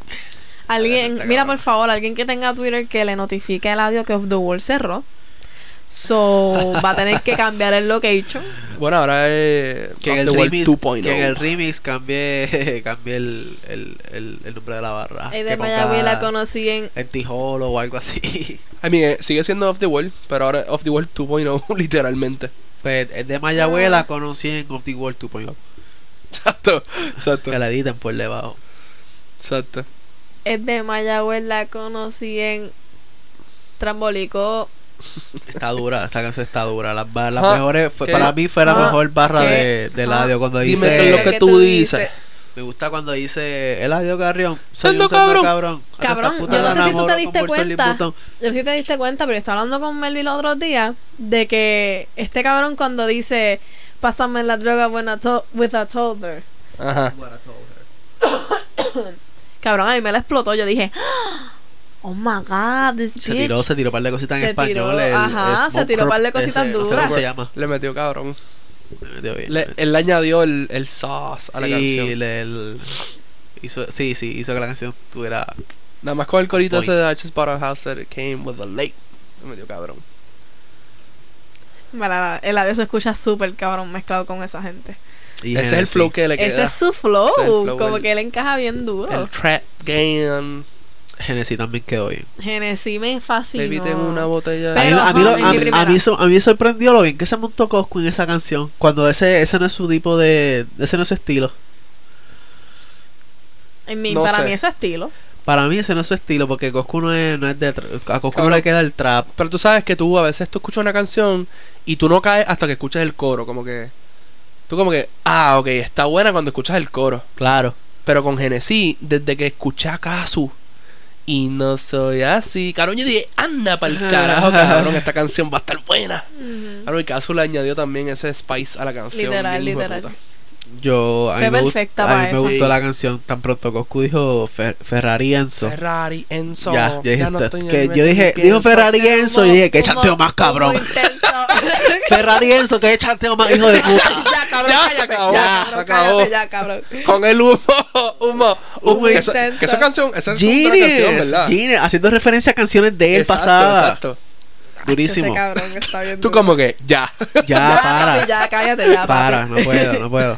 Speaker 3: Alguien,
Speaker 1: Está
Speaker 3: mira
Speaker 1: cabrón.
Speaker 3: por favor, alguien que tenga Twitter que le notifique a Eladio que Off the Wall cerró. So, va a tener que cambiar el location.
Speaker 1: Bueno, ahora es.
Speaker 2: Que
Speaker 1: Off
Speaker 2: en,
Speaker 1: the
Speaker 2: el
Speaker 1: Wall
Speaker 2: remix,
Speaker 1: 2.0.
Speaker 2: que en el remix cambie, cambie el, el, el, el nombre de la barra.
Speaker 1: Ah,
Speaker 3: Y
Speaker 2: Que
Speaker 3: de
Speaker 2: ponga
Speaker 3: Mayagüez la conocí en...
Speaker 2: En Tijolo o algo así.
Speaker 1: I mean, eh, sigue siendo Off the Wall, pero ahora es Off the Wall 2.0, oh, literalmente.
Speaker 2: Pues el de
Speaker 3: Ah.
Speaker 2: Mayagüez la conocí en Of the World 2.0.
Speaker 1: Exacto, exacto,
Speaker 2: Que la editen por debajo.
Speaker 1: exacto.
Speaker 3: Es de Mayagüez la conocí en... Trambolico.
Speaker 2: Está dura, esta canción está dura. Las, ba- las
Speaker 1: Ah,
Speaker 2: mejores, fue-
Speaker 1: ¿qué?
Speaker 2: para mí fue la
Speaker 1: Ah,
Speaker 2: mejor barra
Speaker 3: ¿qué?
Speaker 2: de, de
Speaker 3: Ah,
Speaker 2: Eladio. Cuando
Speaker 1: dime
Speaker 2: dice.
Speaker 1: qué es lo que tú dices.
Speaker 2: Me gusta cuando dice Eladio Carrión. Soy
Speaker 1: Siendo
Speaker 2: un sendo
Speaker 1: cabrón.
Speaker 2: cabrón. A esta
Speaker 3: Cabrón,
Speaker 2: puta
Speaker 3: yo no
Speaker 2: la
Speaker 3: sé si tú te
Speaker 2: enamoro
Speaker 3: diste
Speaker 2: con bolsa en
Speaker 3: cuenta.
Speaker 2: Limbutón.
Speaker 3: Yo sí te diste cuenta, pero estaba hablando con Melvin los otros días de que este cabrón cuando dice pásame la droga when I to- with a toddler.
Speaker 1: Ajá.
Speaker 3: Cabrón, a mí me la explotó. Yo dije, oh my god, this bitch.
Speaker 2: Se tiró, se tiró un par de cositas en
Speaker 3: Se
Speaker 2: español.
Speaker 3: tiró,
Speaker 2: el- el
Speaker 3: ajá, se
Speaker 2: smoke
Speaker 3: tiró un par de
Speaker 2: rub
Speaker 3: cositas
Speaker 2: ese, No sé
Speaker 3: duras.
Speaker 2: cómo se llama.
Speaker 1: Le metió cabrón.
Speaker 2: Me dio bien.
Speaker 1: Le- él le añadió el, el sauce a la
Speaker 2: Eh, sí,
Speaker 1: canción.
Speaker 2: le- el- hizo, sí, sí, hizo que la canción tuviera.
Speaker 1: Nada más con el corito
Speaker 2: Point.
Speaker 1: ese de I just bought a house that it came with a lake. Le metió cabrón.
Speaker 3: Mira, el audio se escucha súper cabrón mezclado con esa gente.
Speaker 2: y
Speaker 1: ese es el
Speaker 2: Genesis.
Speaker 1: flow que le queda.
Speaker 3: Ese es su flow.
Speaker 1: Ese es el flow,
Speaker 3: como
Speaker 1: el-
Speaker 3: que él encaja bien
Speaker 1: El
Speaker 3: duro.
Speaker 1: trap game.
Speaker 2: Genesis también quedó bien.
Speaker 3: Genesí me
Speaker 1: Baby, tengo una
Speaker 3: fascinó.
Speaker 1: botella.
Speaker 2: A mí-
Speaker 3: Pero,
Speaker 2: a mí,
Speaker 3: ajá,
Speaker 2: lo-
Speaker 3: en
Speaker 2: a
Speaker 3: mi
Speaker 2: mí-
Speaker 3: primera.
Speaker 2: a mí so- a mí me sorprendió lo bien que se montó Coscu en esa canción. Cuando ese, ese no es su tipo de. Ese no es su estilo.
Speaker 3: En mi-
Speaker 1: No
Speaker 3: para
Speaker 1: sé.
Speaker 3: mí es su estilo.
Speaker 2: Para mí ese no es su estilo porque Coscu no es, no es de. tra- A Coscu no
Speaker 1: Cabrón.
Speaker 2: le queda el trap.
Speaker 1: Pero tú sabes que tú a veces tú escuchas una canción y tú no caes hasta que escuchas el coro. Como que. Tú como que. Ah, ok, está buena cuando escuchas el coro.
Speaker 2: Claro.
Speaker 1: Pero con Genesí, desde que escuché a Kazu y no soy así, cabrón, yo dije, anda para el carajo, cabrón, esta canción va a estar buena.
Speaker 3: Ujú.
Speaker 1: Claro, y Kazu le añadió también ese spice a la canción.
Speaker 3: Literal,
Speaker 1: bien hijo de
Speaker 3: literal.
Speaker 1: puta.
Speaker 2: Yo. A mí
Speaker 3: Fue
Speaker 2: me, gust-
Speaker 3: perfecta
Speaker 2: a
Speaker 3: para
Speaker 2: mí me
Speaker 3: eso.
Speaker 2: gustó
Speaker 1: Sí.
Speaker 2: la canción tan pronto. Coscu dijo Fer- Ferrari Enzo.
Speaker 1: Ferrari, Enzo.
Speaker 2: ya, yo dije,
Speaker 1: no
Speaker 2: "Te-
Speaker 1: estoy en
Speaker 2: que
Speaker 1: el
Speaker 2: yo dije,
Speaker 1: pienso".
Speaker 2: dijo Ferrari Enzo y dije, que
Speaker 3: Como-
Speaker 2: chanteo más
Speaker 3: como
Speaker 2: cabrón.
Speaker 3: intenso.
Speaker 2: Ferrari Enzo, que chanteo más hijo de puta.
Speaker 3: ya, cabrón,
Speaker 1: Ya,
Speaker 3: cállate,
Speaker 1: se acabó,
Speaker 3: ya,
Speaker 1: se
Speaker 3: cabrón,
Speaker 1: acabó.
Speaker 3: cállate, ya, cabrón.
Speaker 1: Con el humo, humo, humo.
Speaker 2: Humo
Speaker 1: Que, eso-
Speaker 3: intenso.
Speaker 1: que esa canción, esa es otra canción,
Speaker 2: Genius,
Speaker 1: ¿verdad?
Speaker 2: Genius, haciendo referencia a canciones de él
Speaker 1: Exacto,
Speaker 2: pasadas.
Speaker 1: Exacto.
Speaker 2: Durísimo.
Speaker 3: Ese cabrón está bien
Speaker 1: Tú
Speaker 3: duro.
Speaker 1: como que, ya.
Speaker 2: Ya,
Speaker 3: Papi,
Speaker 2: para.
Speaker 3: Ya, cállate, ya, para.
Speaker 2: Para, no puedo, no puedo.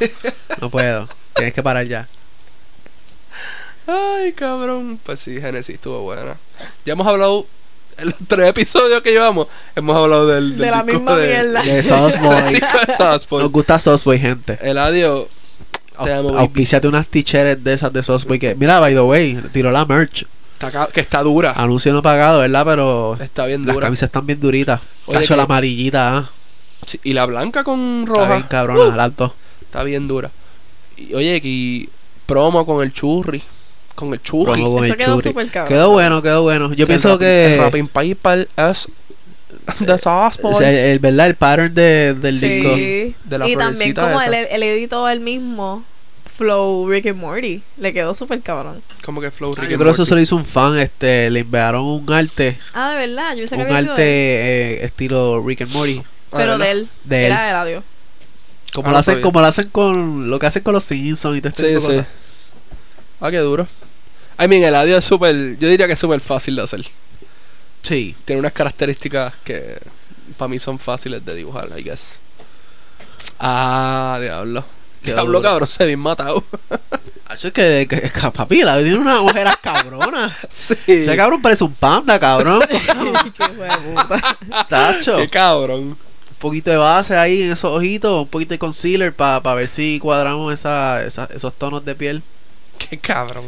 Speaker 2: No puedo. Tienes que parar ya.
Speaker 1: Ay, cabrón. Pues sí, Genesis estuvo buena. Ya hemos hablado, en los tres episodios que llevamos, hemos hablado del. del
Speaker 3: De la
Speaker 1: disco
Speaker 3: misma
Speaker 1: de-
Speaker 3: mierda.
Speaker 2: De Sauce Boys.
Speaker 1: de Sauce Boys.
Speaker 2: Nos gusta Sauce Boy, gente.
Speaker 1: El adiós. Te amo, baby.
Speaker 2: Auspiciate unas t-shirts de esas de Sauce Boy que... Mira, by the way, tiró la merch.
Speaker 1: Está ca- que está dura.
Speaker 2: Anuncio no pagado, ¿verdad? Pero
Speaker 1: Está bien
Speaker 2: las
Speaker 1: dura.
Speaker 2: camisas están bien duritas.
Speaker 1: Oye,
Speaker 2: Cacho,
Speaker 1: que-
Speaker 2: la amarillita, ah.
Speaker 1: Sí, y la blanca con
Speaker 2: Está bien
Speaker 1: roja.
Speaker 2: cabrona, las dos.
Speaker 1: Está bien dura. Y, oye, y promo con el churri. Con el churri.
Speaker 2: Promo con
Speaker 6: Eso
Speaker 2: el
Speaker 6: quedó
Speaker 2: churri.
Speaker 6: súper cabrón.
Speaker 2: Quedó bueno, quedó bueno. Yo
Speaker 1: El
Speaker 2: pienso
Speaker 1: rap-
Speaker 2: que...
Speaker 1: El Rapping Paper es. pues. The Sauce
Speaker 2: O
Speaker 1: Boys.
Speaker 2: sea, el, ¿Verdad? El pattern de- del disco.
Speaker 3: Sí.
Speaker 1: De la
Speaker 3: y también
Speaker 1: florecita
Speaker 3: como él,
Speaker 1: esa.
Speaker 3: él editó el mismo Flow Rick and Morty. Le quedó súper cabrón.
Speaker 1: Como que Flow
Speaker 2: Ah,
Speaker 1: Rick
Speaker 2: Yo
Speaker 1: and
Speaker 2: creo que eso
Speaker 1: Morty.
Speaker 2: se lo hizo un fan. este Le enviaron un arte.
Speaker 3: Ah, de verdad. Yo pensé que
Speaker 2: Un
Speaker 3: había sido
Speaker 2: arte
Speaker 3: él.
Speaker 2: eh, estilo Rick and Morty.
Speaker 1: Ah,
Speaker 3: Pero
Speaker 1: ¿verdad?
Speaker 3: de él.
Speaker 2: De él.
Speaker 3: Era de radio.
Speaker 2: Como lo,
Speaker 1: lo
Speaker 2: hacen,
Speaker 1: Ah, sabía.
Speaker 2: como lo hacen con lo que hacen con los Simpsons y todo este
Speaker 1: Sí,
Speaker 2: tipo de
Speaker 1: sí.
Speaker 2: cosas.
Speaker 1: Ah, qué duro. I mean, el adiós es súper. Yo diría que es súper fácil de hacer.
Speaker 2: Sí.
Speaker 1: Tiene unas características que para mí son fáciles de dibujar, I guess. Ah, diablo.
Speaker 2: Qué
Speaker 1: diablo,
Speaker 2: duro.
Speaker 1: cabrón, se bien matado.
Speaker 2: Hacho, Ah, es que, que, que- papi, la tiene unas ojeras cabronas.
Speaker 1: sí.
Speaker 2: Ese cabrón parece un panda, cabrón.
Speaker 3: Qué hijo de puta.
Speaker 2: Tacho.
Speaker 1: Qué
Speaker 2: Un
Speaker 1: cabrón.
Speaker 2: poquito de base ahí en esos ojitos, un poquito de concealer para ver si cuadramos esa, esa- esos tonos de piel.
Speaker 1: Qué cabrón.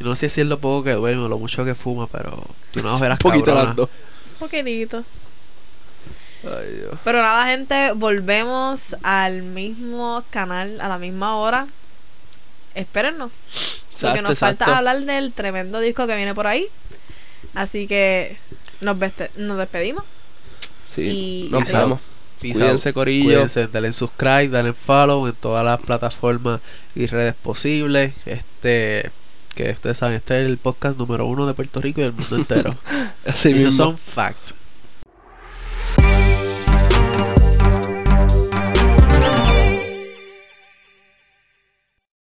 Speaker 2: Y No sé si es lo poco que duerme o lo mucho que fuma, pero tiene unas ojeras
Speaker 1: Un poquito
Speaker 2: cabronas.
Speaker 1: las dos.
Speaker 3: Poquitito.
Speaker 1: Ay, Dios.
Speaker 3: Pero nada, gente, volvemos al mismo canal, a la misma hora. Espérennos, porque
Speaker 1: Exacto,
Speaker 3: nos
Speaker 1: exacto.
Speaker 3: falta hablar del tremendo disco que viene por ahí. Así que nos, veste- nos despedimos.
Speaker 1: Sí,
Speaker 3: y-
Speaker 1: nos
Speaker 2: Peace
Speaker 1: vemos.
Speaker 2: Peace out.
Speaker 1: Cuídense, corillo.
Speaker 2: Cuídense, dale subscribe, dale follow en todas las plataformas y redes posibles. Este, que ustedes saben, este es el podcast número uno de Puerto Rico y del mundo entero.
Speaker 1: Así
Speaker 2: y
Speaker 1: mismo.
Speaker 2: ellos son facts.